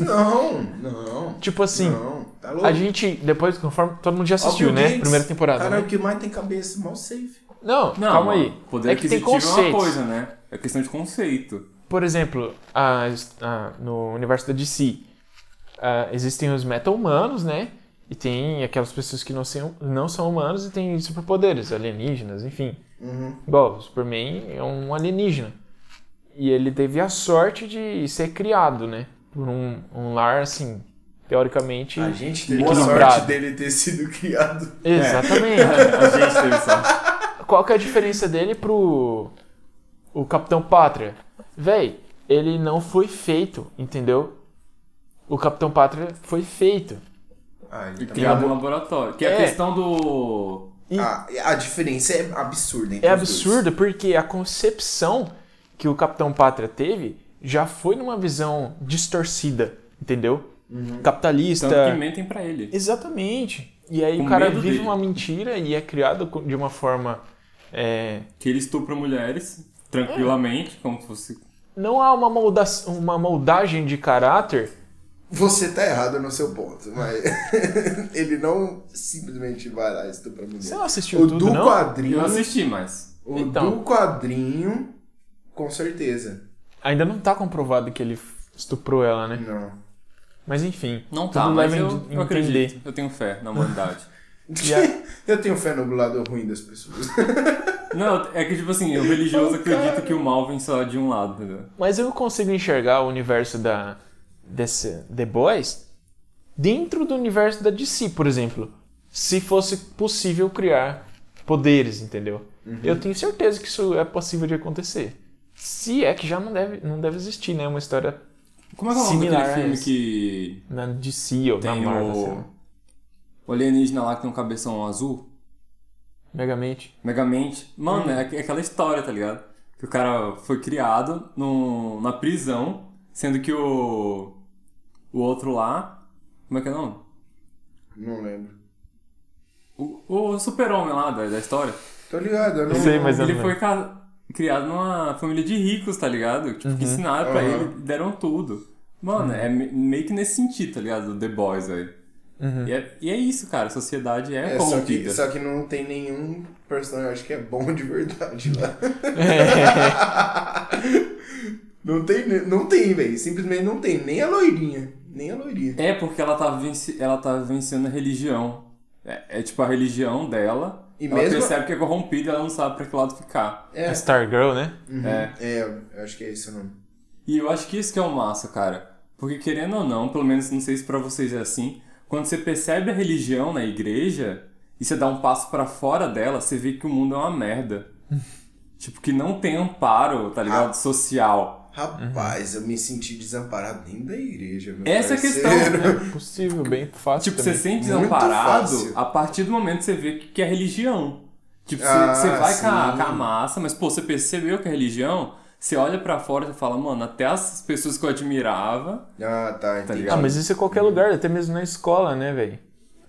Não, não.
Tipo assim,
Não, tá louco.
a gente, depois, conforme todo mundo já assistiu,
Ó, Bill
né?
Gates,
Primeira temporada.
Cara,
né?
o que mais tem cabeça, mal safe.
Não,
Não,
calma
mano,
aí.
Poder
é que tem
aquisitivo é
conceitos.
uma coisa, né? É questão de conceito.
Por exemplo, a- a- no universo da DC, ah, existem os meta-humanos, né? E tem aquelas pessoas que não, são- não são humanos e têm superpoderes, alienígenas, enfim.
Uhum.
Igual, o Superman é um alienígena. E ele teve a sorte de ser criado, né? Por um, um lar, assim, teoricamente...
A gente teve a
Equilibrado.
sorte dele ter sido criado. É.
Exatamente.
a gente né? teve sorte.
Qual que é a diferença dele pro... O Capitão Pátria? Véi, ele não foi feito, entendeu? O Capitão Pátria foi feito.
Ah, ele tá-
Criado no laboratório. Que é, a
É.
questão do.
E-
Ah, a diferença é absurda entre
É
os dois.
absurdo porque a concepção que o Capitão Pátria teve já foi numa visão distorcida, entendeu? Capitalista.
Uhum. Tanto
Tá.
que mentem pra ele.
Exatamente. E aí
Com
o cara
medo
vive
dele.
uma mentira e é criado co- de uma forma. é,
Que ele estupra mulheres tranquilamente, como se fosse.
Não há uma, molda... uma moldagem de caráter.
Você tá errado no seu ponto, mas ele não simplesmente vai lá e estupra a mulher.
Você não assistiu
o
tudo,
do
não?
Eu
Hum.
quadrinho,
não assisti, mas.
o
Então.
do quadrinho, com certeza.
Ainda não tá comprovado que ele f- estuprou ela, né?
Não.
Mas enfim.
Não tá,
tudo
mas
leva
eu,
em-
eu
entender.
acredito. Eu tenho fé na humanidade.
E a-
Eu tenho fé no lado ruim das pessoas.
não, é que tipo assim, o religioso acredita que o mal vem só de um lado, entendeu?
Mas eu consigo enxergar o universo da desse The Boys dentro do universo da DC, por exemplo. Se fosse possível criar poderes, entendeu?
Uhum.
Eu tenho certeza que isso é possível de acontecer. Se é que já não deve, não deve existir, né? Uma história
Como é que é o nome
Similar a
daquele filme
esse.
que
na DC ou
tem
na Marvel. assim, né? sei
o...
lá.
o alienígena lá que tem um cabeção azul?
Megamente.
Megamente. Mano,
Hum.
é aqu- é aquela história, tá ligado? Que o cara foi criado num- na prisão, sendo que o. O outro lá. Como é que é o nome?
Não lembro.
O, o super-homem lá da, da história.
Tô ligado, eu não.
Eu sei, mas eu
ele
não
foi ca- criado numa família de ricos, tá ligado? Tipo,
Uhum.
que ensinaram pra
Aham.
ele, deram tudo. Mano, é me- meio que nesse sentido, tá ligado? Do The Boys, velho.
Uhum.
E, é, e é isso, cara. A sociedade é,
É, só que,
corrompida.
só que não tem nenhum personagem que é bom de verdade lá. Não tem, ne- não tem, velho. Simplesmente não tem. Nem a loirinha. Nem a loirinha.
É porque ela tá, venci- ela tá vencendo a religião. É, é tipo a religião dela.
E
ela
mesmo-
percebe que é corrompida ela não sabe pra que lado ficar.
É. Stargirl, né?
É.
É, eu acho que é esse o nome.
E eu acho que isso que é o massa, cara. Porque querendo ou não, pelo menos não sei se pra vocês é assim, quando você percebe a religião na igreja e você dá um passo pra fora dela, você vê que o mundo é uma merda. tipo, que não tem amparo, tá
Ah.
ligado? Social.
Rapaz, eu me senti desamparado dentro da igreja, meu
Essa é a
parceiro.
questão.
É possível, bem fácil
Tipo, você
também.
se sente
Muito
desamparado
fácil.
a partir do momento que você vê que que é religião. Tipo, você,
Ah,
você vai com a,
sim.
com a massa, mas pô, você percebeu que é religião, você olha pra fora e fala, mano, até as pessoas que eu admirava.
Ah, tá, entendi.
ligado?
Ah, mas isso é qualquer
Uhum.
lugar, até mesmo na escola, né, velho?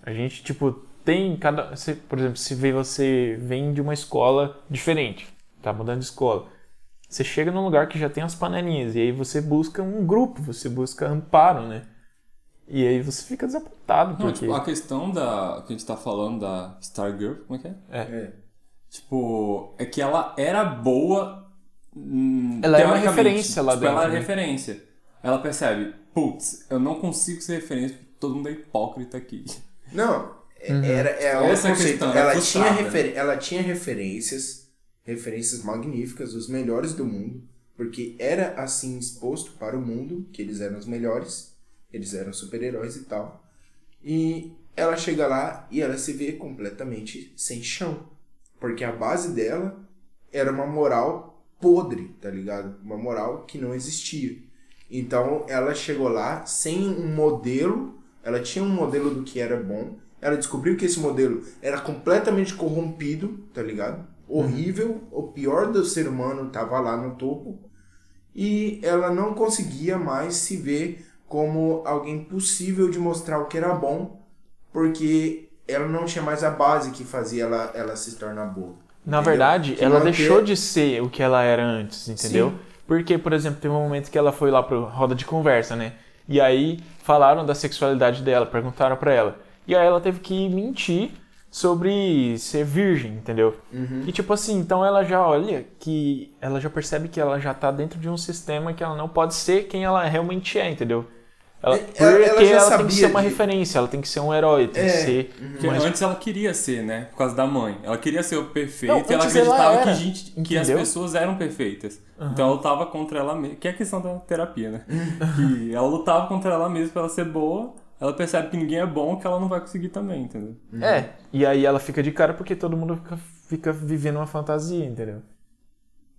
A gente, tipo, tem cada. se- por exemplo, se vê- você vem de uma escola diferente, tá mudando de escola. Você chega num lugar que já tem as panelinhas, e aí você busca um grupo, você busca amparo, né? E aí você fica desapontado,
Não,
porque.
tipo, a questão da. que a gente tá falando da Stargirl, como é que é?
É.
Tipo, é que ela era boa. hum,
Ela era uma
teoricamente.
referência lá
tipo,
dentro,
Ela era
né?
referência. Ela percebe, putz, eu não consigo ser referência porque todo mundo é hipócrita aqui.
Não, é- era, é o
Essa é a
conceito.
questão,
ela,
é
tinha
frustrada.
refer- ela tinha referências, referências magníficas, os melhores do mundo, porque era assim exposto para o mundo que eles eram os melhores, eles eram super-heróis e tal. E ela chega lá e ela se vê completamente sem chão, porque a base dela era uma moral podre, tá ligado? Uma moral que não existia. Então ela chegou lá sem um modelo, ela tinha um modelo do que era bom, ela descobriu que esse modelo era completamente corrompido, tá ligado? Horrível, o pior do ser humano tava lá no topo e ela não conseguia mais se ver como alguém possível de mostrar o que era bom, porque ela não tinha mais a base que fazia ela, ela se tornar boa.
Na
entendeu?
verdade,
Que
ela
manter-
deixou de ser o que ela era antes, entendeu? Porque, por exemplo, teve um momento que ela foi lá pro roda de conversa, né? E aí falaram da sexualidade dela, perguntaram pra ela. E aí ela teve que mentir sobre ser virgem, entendeu?
Uhum.
E tipo assim, então ela já olha que ela já percebe que ela já tá dentro de um sistema que ela não pode ser quem ela realmente é, entendeu? Ela,
É,
porque
ela- ela
ela,
já
tem que
sabia
ser uma
de-
referência, ela tem que ser um herói, tem
É,
que ser
Porque antes ela queria ser, né? Por causa da mãe. Ela queria ser o perfeito
Não,
e ela
antes ela
acreditava que,
era,
gente, que as
entendeu?
pessoas eram perfeitas. Então ela lutava contra ela mesma. Que é a questão da terapia, né? que ela lutava contra ela mesma pra ela ser boa. Ela percebe que ninguém é bom, que ela não vai conseguir também, entendeu?
É, e aí ela fica de cara porque todo mundo fica, fica vivendo uma fantasia, entendeu?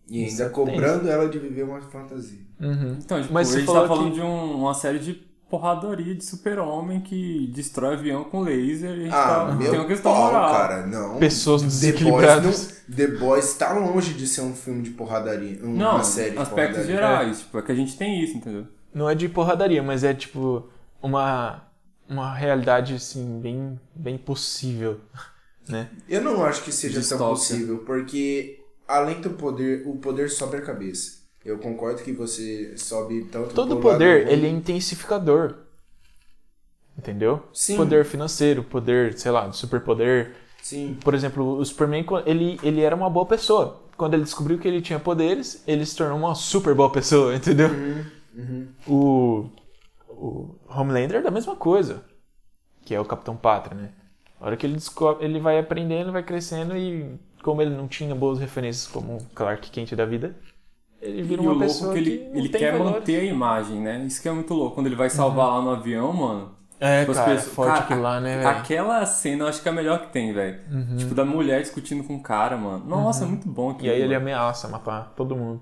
E ainda cobrando ela de viver uma fantasia.
Uhum.
Então, tipo,
Mas
a
você
gente
falou
tá falando
que-
de um- uma série de porradaria de super-homem que destrói avião com laser e a gente
Ah,
tá,
meu
tem uma questão
pau,
moral.
cara, não.
Pessoas
The
desequilibradas.
Boys, Hum. não, The Boys tá longe de ser um filme de porradaria. um- Uma
Não,
série de
aspectos
porradaria.
gerais, tipo, é que a gente tem isso, entendeu?
Não é de porradaria, mas é tipo uma, uma realidade assim bem, bem possível, né?
Eu não acho que seja tão
Distópia.
possível, porque além do poder, o poder sobe a cabeça. Eu concordo que você sobe tanto
Todo
pro
poder,
lado ruim-
ele é intensificador. Entendeu?
Sim.
Poder financeiro, poder, sei lá, superpoder.
Sim.
Por exemplo, o Superman, co- ele, ele era uma boa pessoa. Quando ele descobriu que ele tinha poderes, ele se tornou uma super boa pessoa, entendeu?
Uhum,
O, o Homelander é da mesma coisa, que é o Capitão Pátria, né? A hora que ele descobre, ele vai aprendendo, vai crescendo e como ele não tinha boas referências como o Clark Kent da vida, ele vira
e
uma
o louco
pessoa
que ele,
não
ele
tem
quer
valores.
manter a imagem, né? Isso que é muito louco. Quando ele vai salvar lá no avião, mano.
É,
tipo, as
cara,
pessoas-
forte
cara,
aquilo lá, né, velho? Uhum.
Aquela cena eu acho que é a melhor que tem, velho. Tipo, da mulher discutindo com o cara, mano. Nossa, é muito bom aquilo.
E aí ele
mano.
ameaça matar todo mundo.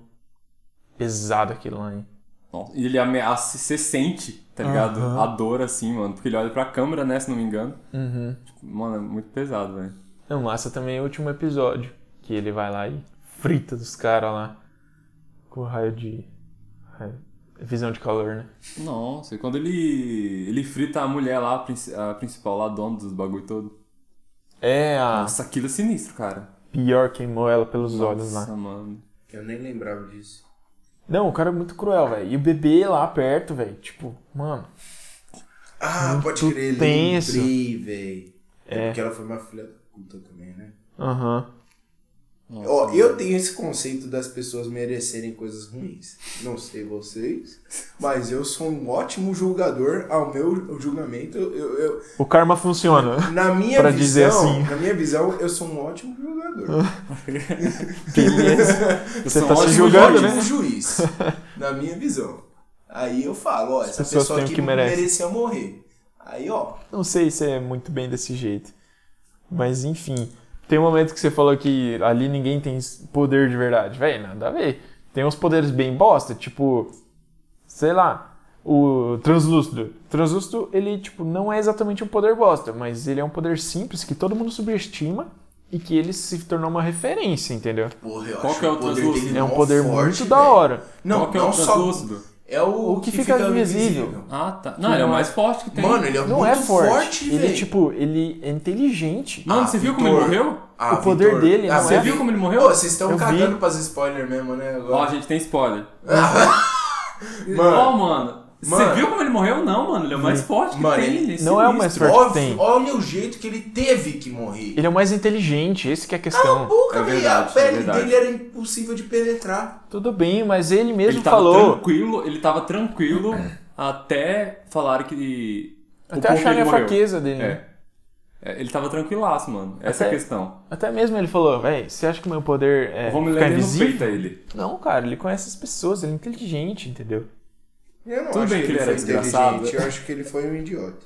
Pesado aquilo lá, hein?
Nossa, E ele ameaça, você sente, tá ligado?
Aham.
A dor assim, mano. Porque ele olha pra câmera, né? Se não me engano.
Uhum.
Tipo, mano, é muito pesado, velho.
Não, massa também é o último episódio. Que ele vai lá e frita dos caras lá. Com raio de. raio- Visão de calor, né?
Nossa, e quando ele. Ele frita a mulher lá, a, princi- a principal lá, a dona dos bagulho todo.
É, a
Nossa, aquilo é sinistro, cara.
pior queimou ela pelos olhos lá.
Nossa, mano.
Eu nem lembrava disso.
Não, o cara é muito cruel, velho. E o bebê lá perto, velho. Tipo, mano.
Ah, pode
Muito
crer,
tenso.
lembrei, velho. É.
É.
porque ela foi uma filha da puta também, né?
Aham.
Ó, eu tenho esse conceito das pessoas merecerem coisas ruins. Não sei vocês, mas eu sou um ótimo julgador. Ao meu julgamento, eu, eu-
O karma funciona.
na minha
Pra
visão,
dizer assim.
na minha visão, eu sou um ótimo julgador.
Beleza. Você
sou
tá
um
se
ótimo
julgando,
ótimo
né?
juiz, na minha visão. Aí eu falo, ó, essa
pessoas
pessoa
têm o
aqui
que
não
merece.
mereceu morrer. Aí, ó,
Não sei se é muito bem desse jeito. Mas enfim. Tem um momento que você falou que ali ninguém tem s- poder de verdade. Véi, nada a ver. Tem uns poderes bem bosta, tipo. Sei lá. O translúcido. Translúcido, ele, tipo, não é exatamente um poder bosta, mas ele é um poder simples que todo mundo subestima e que ele se tornou uma referência, entendeu?
porra, eu
Qual
acho
que é o
o poder
translúcido?
dele
É um
mó
poder
forte,
muito da
velho.
hora.
Não,
Qual que é
não
o
só
translúcido?
é o,
O que fica invisível.
Ah, tá. Não, ele é o mais forte que tem.
Mano, ele é
Não
muito
é forte. ele,
velho.
tipo, ele é inteligente.
Mano,
Ah,
você viu como ele
Vitor.
morreu?
Ah,
o poder
Vitor.
dele não
você
é-
viu como ele morreu?
Pô, vocês
Eu
estão
vi.
cagando pras spoilers mesmo, né?
Ó, a
Agora.
gente tem spoiler. Ó,
mano,
mano. Você
Mano.
viu como ele morreu? Não, mano. Ele é o mais forte que
Mano,
tem.
ele-
Ele é
não é o
sinistro.
mais forte.
ó,
tem.
olha o jeito que ele teve que morrer.
Ele é o mais inteligente, esse que é a
Cala a
questão.
boca,
É
velho.
verdade,
a
é
pele
verdade.
dele era impossível de penetrar.
Tudo bem, mas ele mesmo
Ele tá tava
falou.
tranquilo, ele tava tranquilo até falarem que. o
Até
porquê
acharem
ele
a
morreu.
fraqueza dele. né?
É. É, Ele tava tranquilaço, mano. Essa é a
Até-
questão.
Até mesmo ele falou, véi, você acha que o meu poder é
O
ficar
Homelander não
invisível?
peita ele.
Não, cara, ele conhece as pessoas, ele é inteligente, entendeu?
Eu não
Tudo
acho
bem que ele
foi
era desgraçado.
inteligente, Eu acho que ele foi um idiota.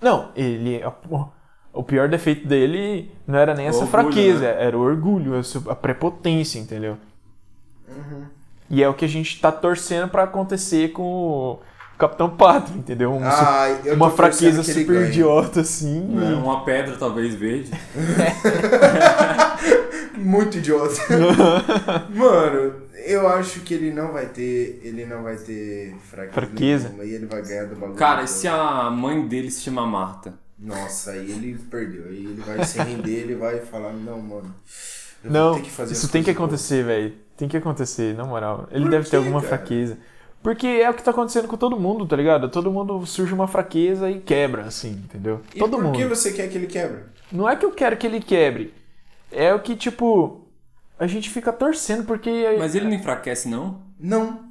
Não, ele. é o- O pior defeito dele não era nem
O
essa
orgulho, né?
fraqueza, era o orgulho, a su- a prepotência, entendeu?
Uhum.
E é o que a gente tá torcendo pra acontecer com o Capitão Pátria, entendeu? Um su-
Ai, Ah, eu tô
uma
torcendo
fraqueza
que ele
super
ganhe.
idiota, assim.
Né? Uma pedra, talvez, verde.
Muito idiota. Mano, eu acho que ele não vai ter. Ele não vai ter fraqueza.
Fraqueza.
nenhuma E ele vai ganhar do bagulho.
Cara,
todo.
e se a mãe dele se chama Marta?
Nossa, aí ele perdeu. Aí ele vai se render, ele vai falar, não, mano. eu vou
Não,
ter que fazer
isso
as
tem que
coisas boas."
acontecer, velho. Tem que acontecer, na moral. Ele
Por
deve
quê,
ter alguma
cara?
fraqueza. Porque é o que tá acontecendo com todo mundo, tá ligado? Todo mundo surge uma fraqueza e quebra, assim, entendeu?
E
todo
por
mundo.
que você quer que ele quebre?
Não é que eu quero que ele quebre. É o que, tipo, a gente fica torcendo porque.
Mas ele não enfraquece, não?
Não.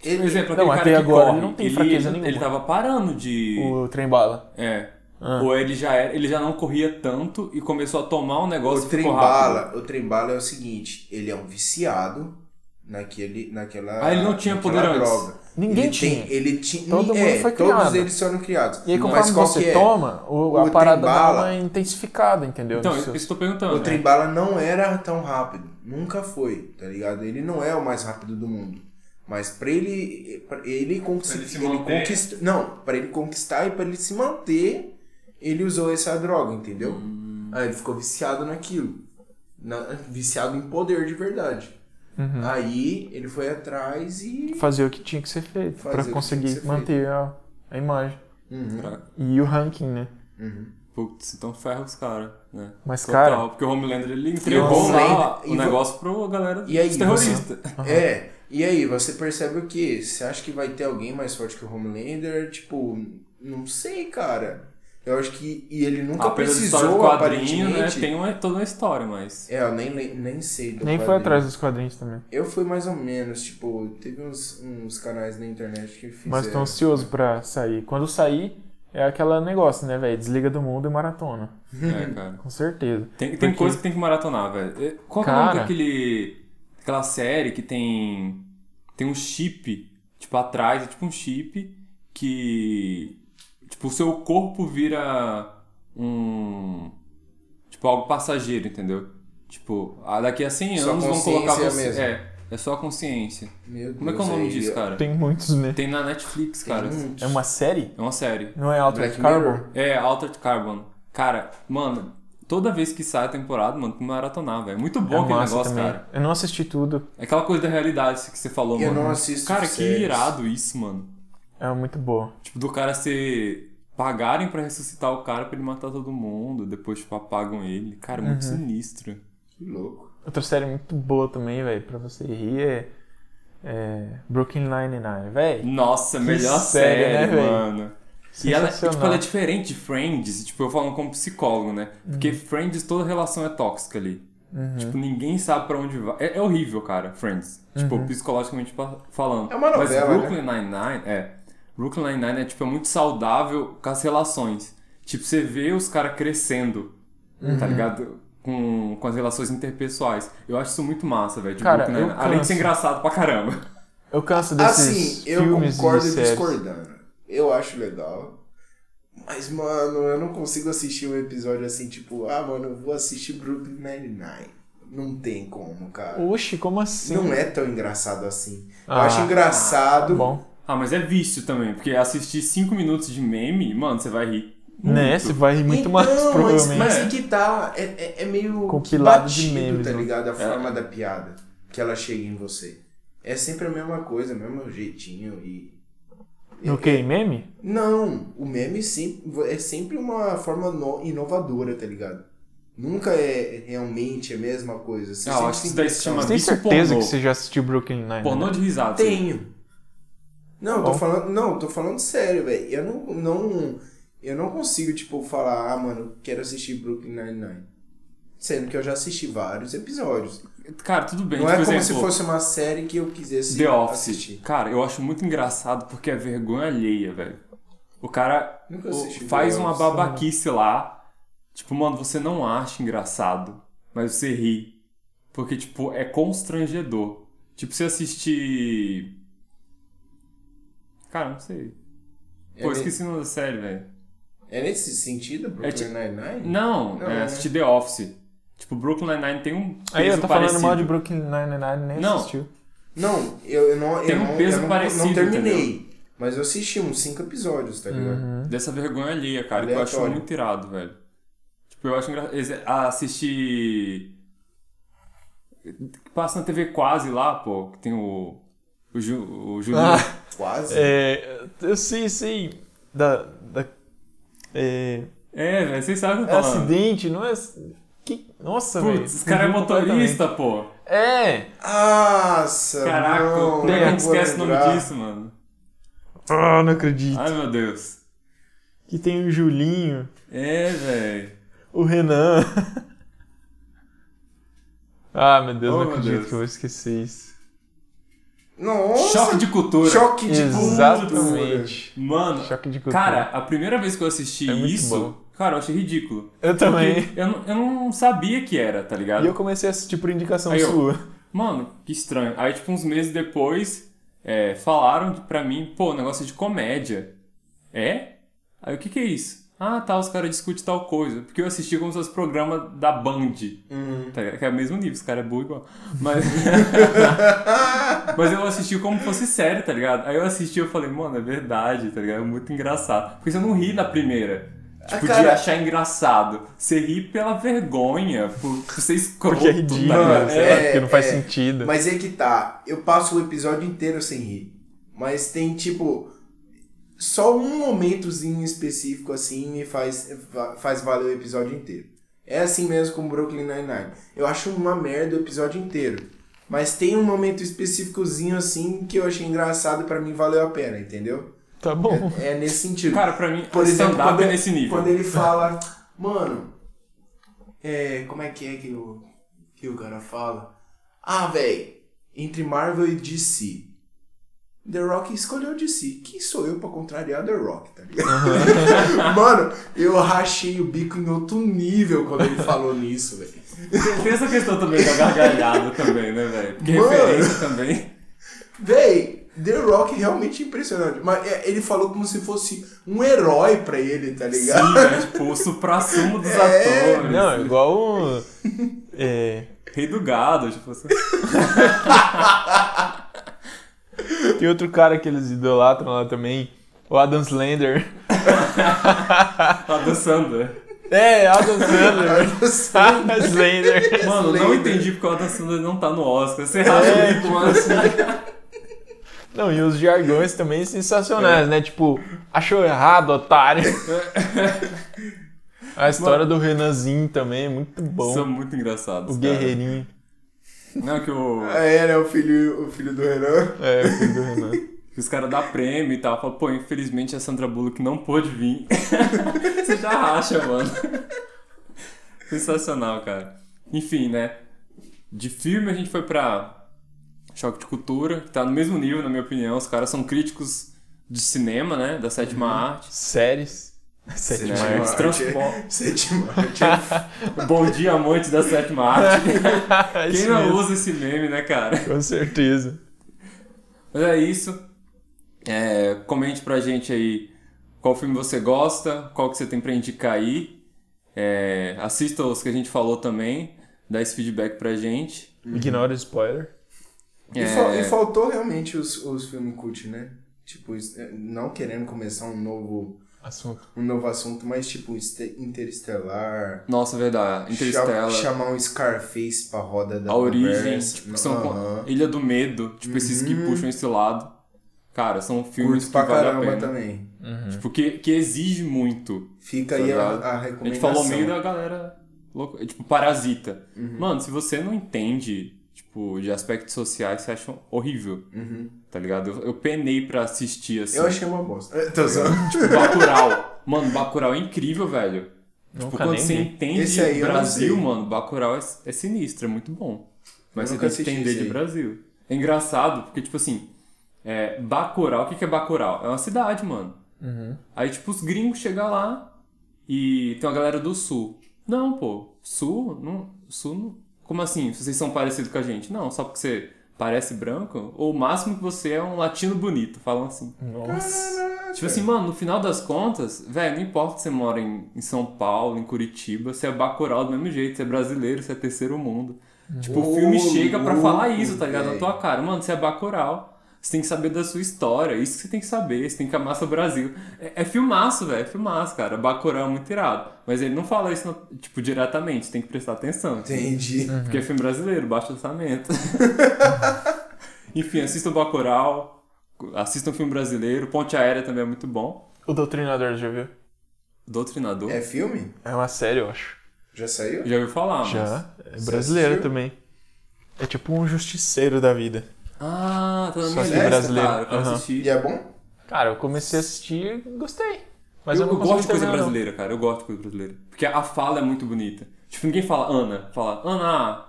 Por
Ele,
exemplo,
Não,
aquele cara
até
que
agora
corre,
ele não tem
ele,
fraqueza
ele,
nenhuma.
tava parando de...
O trem bala.
É.
Ah.
Ou ele já era, ele já não corria tanto e começou a tomar um negócio
o
e ficou rápido.
Trembala, o Trembala é o seguinte, ele é um viciado naquele, naquela
Ah, ele não tinha
naquela
poder antes.
droga.
Ninguém
ele
tinha.
Tem, ele tinha.
Todo
é,
mundo foi
Todos
criado.
eles foram criados.
E aí,
Mas
conforme
qual
você
que é?
toma, o- a
O
parada dá
Trembala-
uma intensificada, entendeu?
Então,
No
isso
seu-
que eu tô perguntando.
O
né?
Trembala não é. era tão rápido. Nunca foi, tá ligado? Ele não é o mais rápido do mundo. Mas pra ele. Pra ele, conquist...
Pra ele se manter.
conquist- Não, pra ele conquistar e pra ele se manter, ele usou essa droga, entendeu? Aí ele ficou viciado naquilo. Na- Viciado em poder de verdade. Aí ele foi atrás e.
fazer o que tinha que ser feito
Fazer o que
pra
tinha que ser
conseguir
feito.
manter a, a imagem.
Uhum.
E o ranking, né?
Putz, então ferra os caras, né?
Mas, cara-
Porque o Homelander, ele entregou
Homelander-
lá
e
o
vo-
negócio pro galera
E aí,
dos terroristas.
É, e aí, você percebe o que? Você acha que vai ter alguém mais forte que o Homelander? Tipo, não sei, cara. Eu acho que. E ele nunca
Apesar da história do
precisou,
quadrinho, né?
aparentemente.
Tem uma, toda uma história, mas...
É, eu nem, le- nem sei do
Nem foi
quadrinho.
atrás dos quadrinhos também.
Eu fui mais ou menos, tipo, teve uns, uns canais na internet que fizeram.
Mas tô ansioso pra sair. Quando sair, é aquele negócio, né, velho? Desliga do mundo e maratona.
É, cara.
Com certeza.
Tem, tem
Porque-
coisa que tem que maratonar, velho. É, Qual que é o nome
Cara.
daquele... Aquela série que tem... Tem um chip, tipo, atrás. É tipo um chip que... Tipo, o seu corpo vira um... Tipo, algo passageiro, entendeu? Tipo, ah, daqui a 100
Só
anos vão colocar
consciência
você...
mesmo.
É, é só a consciência.
Meu
Como é que é o
Deus,
nome
aí,
disso,
ó.
cara?
Tem muitos, né?
Tem na Netflix, cara.
Hum,
É uma série?
É uma série.
Não é Alter
Black
Carbon?
Mirror?
É, Altered Carbon. Cara, mano, toda vez que sai a temporada, mano, tem que maratonar, velho. Muito
É
bom aquele
massa
negócio,
também.
cara.
Eu não assisti tudo.
É Aquela coisa da realidade que você falou,
Eu
mano.
não assisto
Cara,
séries.
que irado isso, mano.
É muito boa.
Tipo, do cara ser. Pagarem pra ressuscitar o cara pra ele matar todo mundo, depois, tipo, apagam ele. Cara, muito
Uhum.
sinistro.
Que louco.
Outra série muito boa também, velho, pra você rir é. é Brooklyn Nine-Nine, velho.
Nossa, melhor
série,
série,
né, velho?
mano. E ela, tipo,
Sensacional.
ela é diferente de Friends, tipo, eu falo como psicólogo, né?
Uhum.
Porque Friends, toda relação é tóxica ali. Tipo, ninguém sabe pra onde vai. É, é horrível, cara, Friends. Tipo,
Uhum.
psicologicamente pa- falando.
É uma novela,
Mas Brooklyn Nine-Nine, é. Brooklyn Nine-Nine é, tipo, é muito saudável com as relações. Tipo, você vê os caras crescendo, tá
Uhum.
ligado? Com, com as relações interpessoais. Eu acho isso muito massa, velho, de
Cara,
Brooklyn
eu
Nine-Nine. Além de ser
canso.
engraçado pra caramba.
Eu canso desses
Assim, eu
filmes
concordo
e
e
séries.
discordando. Eu acho legal. Mas, mano, eu não consigo assistir um episódio assim, tipo, ah, mano, eu vou assistir Brooklyn Nine-Nine. Não tem como, cara.
Oxi, como assim?
Não é tão engraçado assim. eu
Ah,
acho engraçado.
Bom,
Ah, mas é vício também, porque assistir 5 minutos de meme, mano, você vai rir.
né?
muito.
Você vai rir muito
Então,
mais,
mas-
provavelmente.
Mas é que tá. É, é, é meio.
Compilado de
batido,
memes,
Tá
né?
ligado? A forma da piada que ela chega em você. É sempre a mesma coisa, o mesmo jeitinho e.
No
é-
que? Meme?
Não, o meme sem- é sempre uma forma no- inovadora, tá ligado? Nunca é realmente a mesma coisa. Você
Ah, eu
sempre
acho que
tem
isso daí
que
se chama
Você tem
Vício
certeza
pornô.
que você já assistiu Brooklyn Nine?
Pornô de risada.
Tenho. Não, eu tô
Bom.
falando, não, eu tô falando sério, velho. Eu não, não, eu não consigo tipo falar, ah, mano, quero assistir Brooklyn Nine-Nine. Sendo que eu já assisti vários episódios.
Cara, tudo bem.
não
tipo,
é como
exemplo,
se fosse uma série que eu quisesse
The Office.
assistir.
Cara, eu acho muito engraçado porque é vergonha alheia, velho. O cara
Nunca
o-
assisti
faz
The
uma
Office,
babaquice lá. Tipo, mano, você não acha engraçado, mas você ri. Porque, tipo, é constrangedor. Tipo, você assistir. Cara, não sei.
É,
Pô,
ne-
esqueci o nome da série, velho.
é nesse sentido, Brooklyn
É ti-
Nine-Nine?
Não,
Não,
é
né?
assistir The Office. Tipo, Brooklyn Nine-Nine tem um peso
Aí eu tô
parecido.
falando mal de Brooklyn Nine-Nine, nem
Não.
assistiu.
Não, eu, eu não,
Tem
eu
um
não,
peso
eu não,
parecido,
não terminei. Mas eu assisti uns cinco episódios, tá ligado?
Dessa vergonha alheia, cara, que eu acho
Aleatório.
muito irado, velho. Tipo, eu acho engraçado. Assistir. Passa na TV quase lá, pô, que tem o. O, Ju, o Juninho.
Ah,
Quase.
é, eu sei, sei. Da. da é,
É, velho, vocês sabem o que
é
eu tô falando.
acidente, não é. Que, nossa, velho.
Putz, esse cara é
fugiu completamente.
motorista, pô.
É!
Nossa,
Caraca,
não,
como é que a
não
gente
vou
esquece o nome
lembrar.
disso, mano?
Ah, não acredito.
Ai, meu Deus.
Que tem o Julinho,
É, velho.
o Renan. ah, meu Deus,
Oh,
não
meu
acredito
Deus.
que eu vou esquecer isso.
Nossa,
Choque de cultura.
choque de
Exatamente.
Mano,
Choque de cultura.
Cara, a primeira vez que eu assisti
É muito
isso,
bom.
cara, eu achei ridículo.
eu também.
Porque eu, não- eu não sabia que era, tá ligado?
E eu comecei a assistir por indicação
Aí eu-
sua.
Mano, que estranho. Aí, tipo, uns meses depois, é, falaram pra mim, pô, negócio de comédia. É? Aí o que que é isso? Ah, tá, os caras discutem tal coisa. Porque eu assisti como se fosse programa da Band.
Uhum.
Tá ligado? que é o mesmo nível, os caras é burro igual. Mas. Mas eu assisti como fosse sério, tá ligado? Aí eu assisti e eu falei, mano, é verdade, tá ligado? É muito engraçado. Porque você não ri na primeira. Tipo, de
Ah, cara-
achar engraçado. Você ri pela vergonha, por, por ser escroto,
Porque é ridículo,
tá ligado?
Mano,
sei
é,
lá, porque não faz
é.
sentido.
Mas é que tá, eu passo o episódio inteiro sem rir. Mas tem tipo. Só um momentozinho específico assim me faz, fa- faz valer o episódio inteiro. É assim mesmo com Brooklyn Nine-Nine. Eu acho uma merda o episódio inteiro. Mas tem um momento específicozinho assim que eu achei engraçado e pra mim valeu a pena, entendeu?
Tá bom.
É nesse sentido.
Cara, pra mim,
Por exemplo,
stand-up
quando,
é nesse nível.
quando ele fala, mano, é, como é que é que o, que o cara fala? Ah, véi, entre Marvel e DC, The Rock escolheu DC. Quem sou eu pra contrariar The Rock, tá ligado? mano, eu rachei o bico em outro nível quando ele falou nisso, velho.
Tem- Tem essa questão também da gargalhada também, né, velho? Porque
Mano.
referência também.
Véi, The Rock realmente é impressionante. Mas é, ele falou como se fosse um herói pra ele, tá ligado?
Sim, né? Tipo, o suprassumo
É.
dos atores.
Não, igual o. É,
Rei do gado, tipo assim.
tem outro cara que eles idolatram lá também, o Adam Slender.
Tá dançando, né?
É, Adam Sandler.
Sim.
Adam Slender.
Mano, não
Slender.
entendi porque o Adam Sandler não tá no Oscar. Você tipo, racha
É,
o bico, mano.
assim,
Não, e os jargões também sensacionais, né? Tipo, achou errado, otário. A história do Renanzinho também é muito bom.
São muito engraçados.
o
cara.
guerreirinho.
Não, que, o,
Ah, é, né? O filho, o filho do Renan.
É, o filho do Renan.
que os caras dá prêmio e tal. Fala, pô, infelizmente é a Sandra Bullock não pôde vir. Você já racha, mano. Sensacional, cara. Enfim, né? De filme a gente foi pra Choque de Cultura, que tá no mesmo nível, na minha opinião. Os caras são críticos de cinema, né? Da sétima arte.
Séries. Sétima
Sétima
arte.
arte. Transform-
Sétima arte. é-
Bom dia, amante da sétima arte. Quem
É Isso
não
mesmo,
usa esse meme, né, cara?
Com certeza.
Mas é isso. É, comente pra gente aí qual filme você gosta, qual que você tem pra indicar aí. É, assista os que a gente falou também, dá esse feedback pra gente.
Ignora o spoiler.
E,
É.
fal- e faltou realmente os, os filmes cult, né? Tipo, es- não querendo começar um novo,
Assunto.
um novo assunto, mas tipo, este- Interestelar.
Nossa, é verdade. Interstellar.
cha- Chamar um Scarface pra roda da
a origem,
conversa.
tipo, que são
Aham. Uhum.
Ilha do Medo, tipo, esses que puxam esse lado. Cara, são filmes
Curto
que
pra
vale a
caramba
pena.
também.
Uhum.
Tipo, que, que exige muito.
Fica
Tá
aí a,
ligado?
a
A gente
recomendação. Uhum.
falou meio da galera louca, tipo, parasita. Mano, se você não entende, tipo, de aspectos sociais, você acha horrível,
Uhum.
tá ligado? Eu, eu penei pra assistir, assim,
Eu achei uma bosta. É, Tô zoando.
tipo, Bacurau. Mano, Bacurau é incrível, velho. Tipo,
Nunca
quando
nem
você
vi.
entende
Esse aí eu não
Brasil,
sei.
mano, Bacurau é, é sinistro, é muito bom. Mas
Eu
você
nunca
tem que
assisti
entender
esse
de
aí.
Brasil. É engraçado, porque, tipo assim, é, Bacurau, o que que é Bacurau? É uma cidade, mano.
Uhum.
Aí, tipo, os gringos chegam lá e tem uma galera do sul. Não, pô, sul? Não, sul não. Como assim? Vocês são parecidos com a gente? Não, só porque você parece branco? Ou o máximo que você é um latino bonito, falam assim.
Nossa.
Tipo assim, mano, no final das contas, velho, não importa se você mora em, em São Paulo, em Curitiba, você é Bacurau do mesmo jeito, você é brasileiro, você é terceiro mundo. Tipo, o filme
Ô,
chega pra falar isso, tá
louco,
ligado? Na
velho.
tua cara. Mano, você é Bacurau. Você tem que saber da sua história, isso que você tem que saber, você tem que amar seu Brasil. É, é filmaço, velho, é filmaço, cara. Bacurau é muito irado. Mas ele não fala isso, no- tipo, diretamente, você tem que prestar atenção. Tipo,
Entendi.
Porque é filme brasileiro, baixo orçamento. Enfim, assistam Bacurau, assistam filme brasileiro, Ponte Aérea também é muito bom.
O Doutrinador já viu?
Doutrinador,
É filme?
É uma série, eu acho.
Já saiu?
já ouviu falar, mas...
Já. É
Você
brasileira
assistiu?
também. É tipo um justiceiro da vida.
Ah, tá na
Só
minha
que
lista,
brasileiro,
cara, eu quero
aham.
assistir.
E é bom?
Cara, eu comecei a assistir e gostei. Mas
Eu,
eu, não
eu gosto de
consegui
coisa
terminar, não.
brasileira, cara, eu gosto de coisa brasileira. Porque a fala é muito bonita. Tipo, ninguém fala Ana, fala Ana.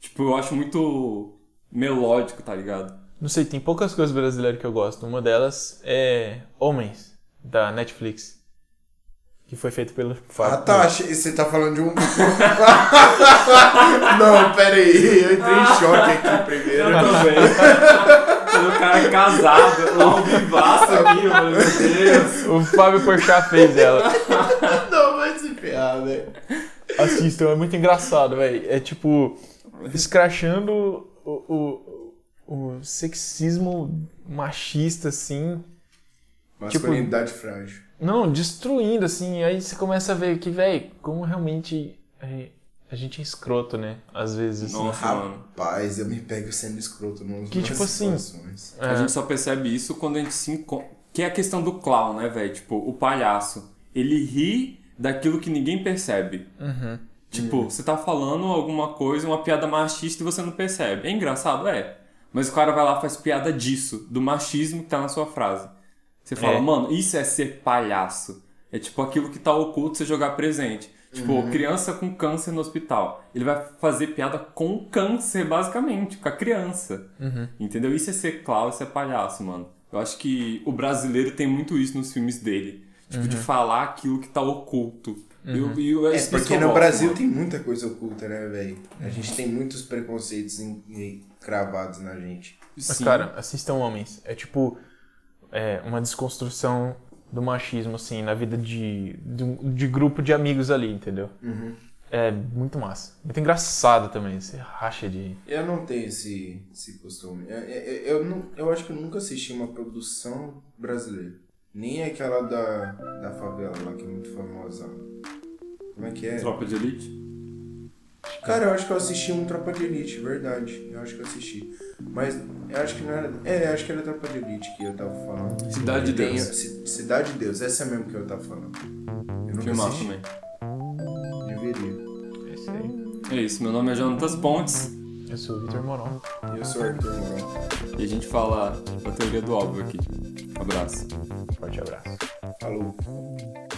Tipo, eu acho muito melódico, tá ligado?
Não sei, tem poucas coisas brasileiras que eu gosto. Uma delas é Homens, da Netflix. Que foi feito pelo
Ah
Fábio.
tá, achei- você tá falando de um. não, pera aí, eu entrei em choque aqui primeiro.
também. Quando o cara Vai casado, ao vivaço aqui, mano. Meu Deus.
O Fábio Porchat fez ela.
Não vai se ferrar, né? velho.
Assistam, é muito engraçado, velho. É tipo, escrachando o, o, o sexismo machista, assim.
Masculinidade frágil.
Não, destruindo, assim. Aí você começa a ver que, velho, como realmente é, a gente é escroto, né? Às vezes. assim.
Nossa, mano.
Rapaz, eu me pego sendo escroto nas
Que, tipo
nas
assim,
situações.
É.
A gente só percebe isso quando a gente se encontra. Que é a questão do clown, né, velho? Tipo, o palhaço. Ele ri daquilo que ninguém percebe.
Uhum.
Tipo, você tá falando alguma coisa, uma piada machista e você não percebe. É engraçado, é. Mas o cara vai lá e faz piada disso, do machismo que tá na sua frase. Você fala,
É.
mano, isso é ser palhaço. É tipo aquilo que tá oculto você jogar presente. Tipo, criança com câncer no hospital. Ele vai fazer piada com câncer, basicamente, com a criança. Entendeu? Isso é ser clown, isso é palhaço, mano. Eu acho que o brasileiro tem muito isso nos filmes dele. Tipo, de falar aquilo que tá oculto. Eu- eu-
É,
isso que
porque
eu
no
gosto,
Brasil
mano.
tem muita coisa oculta, né, velho? A gente tem muitos preconceitos en- en- cravados na gente.
Mas,
Sim.
cara, assistam Homens. É tipo é, uma desconstrução do machismo, assim, na vida de, um, de, de grupo de amigos ali, entendeu?
Uhum.
É muito massa. Muito engraçado também. Você racha de.
Eu não tenho esse, esse costume. Eu, eu, eu, não, eu acho que eu nunca assisti uma produção brasileira. Nem aquela da, da favela lá, que é muito famosa. Como é que é?
Tropa de Elite?
Cara, eu acho que eu assisti um Tropa de Elite, verdade. Eu acho que eu assisti. Mas eu acho que não era. É, eu acho que era Tropa de Elite que eu tava falando.
Cidade de
Tem-
Deus.
Ci- Cidade de Deus, essa é mesmo que eu tava falando. Eu nunca
Filmar
assisti.
também.
Deveria.
É isso, meu nome é Jonatas Pontes
Eu sou o Vitor Moron.
E eu sou o Arthur Moron.
e a gente fala da teoria do álbum aqui. Abraço.
Forte abraço.
Falou.